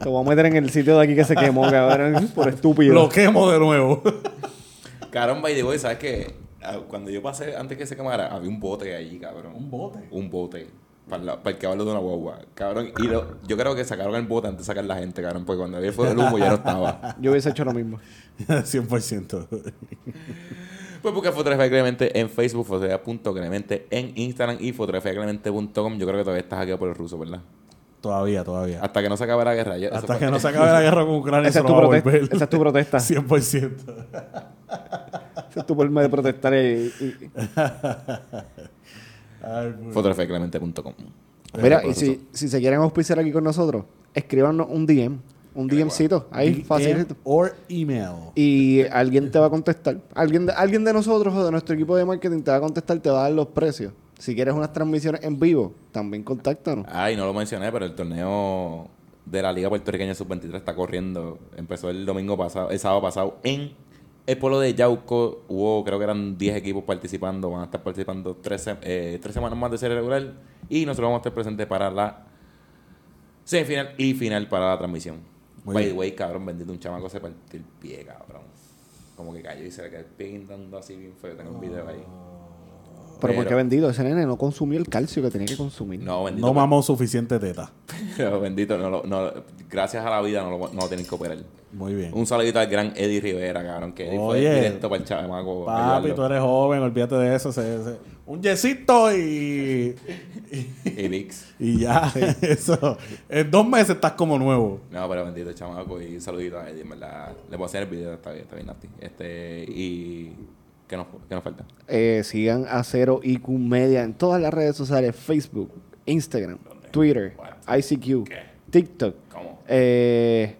Speaker 4: Te voy a meter en el sitio de aquí que se quemó, cabrón. Por estúpido.
Speaker 2: Lo quemo de nuevo.
Speaker 3: Cabrón, by the way, ¿sabes qué? Ah, Cuando yo pasé, antes que se quemara, había un bote allí, cabrón.
Speaker 2: Un bote.
Speaker 3: Un bote. Para, la, para el caballo de una guagua. Cabrón, y lo- yo creo que sacaron el bote antes de sacar la gente, cabrón, porque cuando había el fuego del humo ya no estaba.
Speaker 4: Yo hubiese hecho lo mismo.
Speaker 2: 100%.
Speaker 3: Pues busca Fotografía Clemente en Facebook, fotografía.clemente en Instagram y fotografiaclemente.com. Yo creo que todavía estás aquí por el ruso, ¿verdad?
Speaker 2: Todavía, todavía.
Speaker 3: Hasta que no se acabe la guerra. ya- eso
Speaker 2: Hasta
Speaker 3: fue-
Speaker 2: que no se acabe la guerra con Ucrania,
Speaker 4: Esa
Speaker 2: eso
Speaker 4: es,
Speaker 2: no
Speaker 4: tu
Speaker 2: va a
Speaker 4: protesta,
Speaker 2: volver.
Speaker 4: esa es tu protesta.
Speaker 2: 100%.
Speaker 4: Esa es tu forma de protestar. y- y-
Speaker 2: Ay, pues. güey.
Speaker 3: fotografiaclemente.com.
Speaker 4: Mira, y si, si se quieren auspiciar aquí con nosotros, escríbanos un DM. Un DMcito. Ahí,
Speaker 2: DM
Speaker 4: facilito.
Speaker 2: Or email.
Speaker 4: Y alguien te va a contestar. Alguien de, alguien de nosotros o de nuestro equipo de marketing te va a contestar, te va a dar los precios. Si quieres unas transmisiones en vivo, también contáctanos.
Speaker 3: Ay, no lo mencioné, pero el torneo de la Liga Puertorriqueña Sub-23 está corriendo. Empezó el domingo pasado, el sábado pasado en el pueblo de Yauco. Hubo, creo que eran 10 equipos participando. Van a estar participando tres, se- eh, tres semanas más de serie regular. Y nosotros vamos a estar presentes para la semifinal y final para la transmisión.
Speaker 2: Muy
Speaker 3: By the
Speaker 2: bien.
Speaker 3: way, cabrón, bendito un chamaco se partió el pie, cabrón. Como que cayó y se le quedó el pie guindando así bien feo.
Speaker 2: Ah.
Speaker 3: Tengo un video ahí.
Speaker 4: Pero,
Speaker 3: pero-
Speaker 4: porque vendido, ese nene no consumió el calcio que tenía que consumir.
Speaker 3: No, bendito.
Speaker 2: No mamó suficiente teta.
Speaker 3: Pero bendito, no, lo- no, gracias a la vida no lo, no lo tienen que operar.
Speaker 2: Muy bien.
Speaker 3: Un saludito al gran Eddie Rivera, cabrón, que Eddie fue
Speaker 2: Oye.
Speaker 3: directo para el chamaco. a
Speaker 2: Papi, tú
Speaker 3: ayudarlo.
Speaker 2: eres joven, olvídate de eso. se- se- Un yesito y.
Speaker 3: Y Dix.
Speaker 2: Y ya, eso. En dos meses estás como nuevo.
Speaker 3: No, pero bendito el chamaco y un saludito a Eddie, en verdad. Le puedo hacer el video, está bien, está bien, Nati. Este, y... ¿Qué nos, qué nos falta?
Speaker 4: Eh, sigan a Cero IQ Media en todas las redes sociales: Facebook, Instagram, Twitter,
Speaker 3: What?
Speaker 4: ICQ,
Speaker 3: ¿Qué?
Speaker 4: TikTok.
Speaker 3: ¿Cómo?
Speaker 4: eh,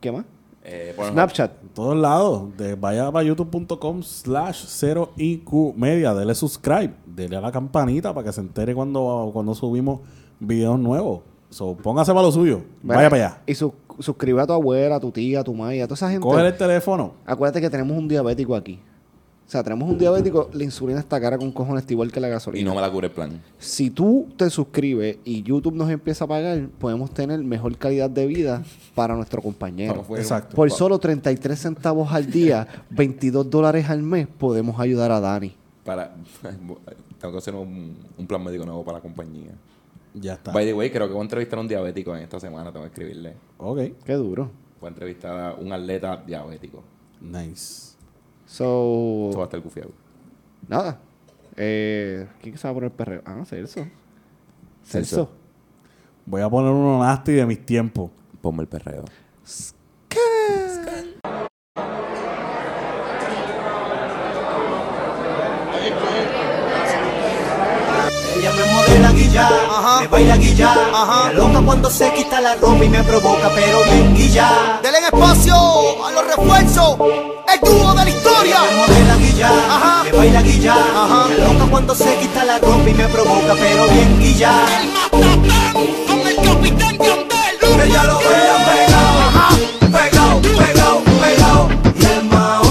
Speaker 4: ¿Qué más?
Speaker 3: Eh, Pornhub.
Speaker 4: Snapchat.
Speaker 2: En todos lados. De, vaya para youtube.com slash 0IQ media. Dele subscribe. Dele a la campanita para que se entere cuando, cuando subimos videos nuevos. So, póngase para lo suyo. Vaya
Speaker 4: ¿verdad?
Speaker 2: para allá.
Speaker 4: Y sus- suscribe a tu abuela, a tu tía, a tu madre, a toda esa gente.
Speaker 2: Coge el teléfono.
Speaker 4: Acuérdate que tenemos un diabético aquí. O sea, tenemos un diabético, la insulina está cara con cojones, está igual que la
Speaker 3: Y
Speaker 4: gasolina.
Speaker 3: no me la cubre el plan.
Speaker 4: Si tú te suscribes y YouTube nos empieza a pagar, podemos tener mejor calidad de vida para nuestro compañero.
Speaker 3: Vamos, fue-
Speaker 2: Exacto.
Speaker 4: Por solo 33 centavos al día, 22 dólares al mes, podemos ayudar a Dani.
Speaker 3: Para, tengo que hacer un, un plan médico nuevo para la compañía.
Speaker 2: Ya está.
Speaker 3: By the way, creo que voy a entrevistar a un diabético en esta semana, tengo que escribirle.
Speaker 2: Ok.
Speaker 4: Qué duro.
Speaker 3: Voy a entrevistar a un atleta diabético.
Speaker 2: Nice.
Speaker 4: So,
Speaker 3: Eso va a estar gufiado.
Speaker 4: nada. Eh, ¿Quién se va a poner perreo? Ah, no, Celso.
Speaker 3: Celso.
Speaker 4: Celso.
Speaker 2: Voy a poner uno nasty de mis tiempos.
Speaker 3: Ponme el perreo.
Speaker 5: Ella me modela guilla, me baila guilla, me loca cuando se quita la ropa y me provoca, pero me guilla.
Speaker 6: Denle espacio a los refuerzos, el dúo de la historia.
Speaker 5: Ella me modela guilla,
Speaker 6: Ajá.
Speaker 5: me baila guilla,
Speaker 6: Ajá.
Speaker 5: me loca cuando se quita la ropa y me provoca, pero bien guilla.
Speaker 6: El matatán con el capitán Yandel.
Speaker 5: Ella lo vea pegado, pegado, pegado, pegado, y el mao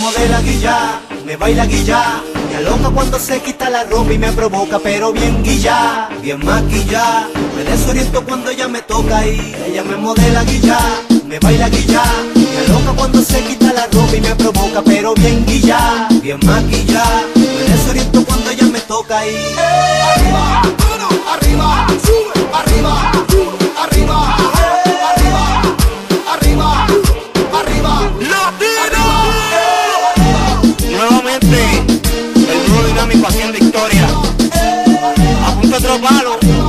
Speaker 5: me baila guilla. Me aloca cuando se quita la ropa y me provoca, pero bien guilla, bien maquilla. Me desoriento cuando ella me toca y ella me modela guilla, me baila guilla. Me aloca cuando se quita la ropa y me provoca, pero bien guilla, bien maquilla. Me desoriento cuando ella me toca y
Speaker 6: Arriba, mano, arriba, sube, arriba, sube, arriba, arriba, arriba, arriba,
Speaker 7: Nuevamente, el dúo dinámico haciendo historia. A punto de otro palo.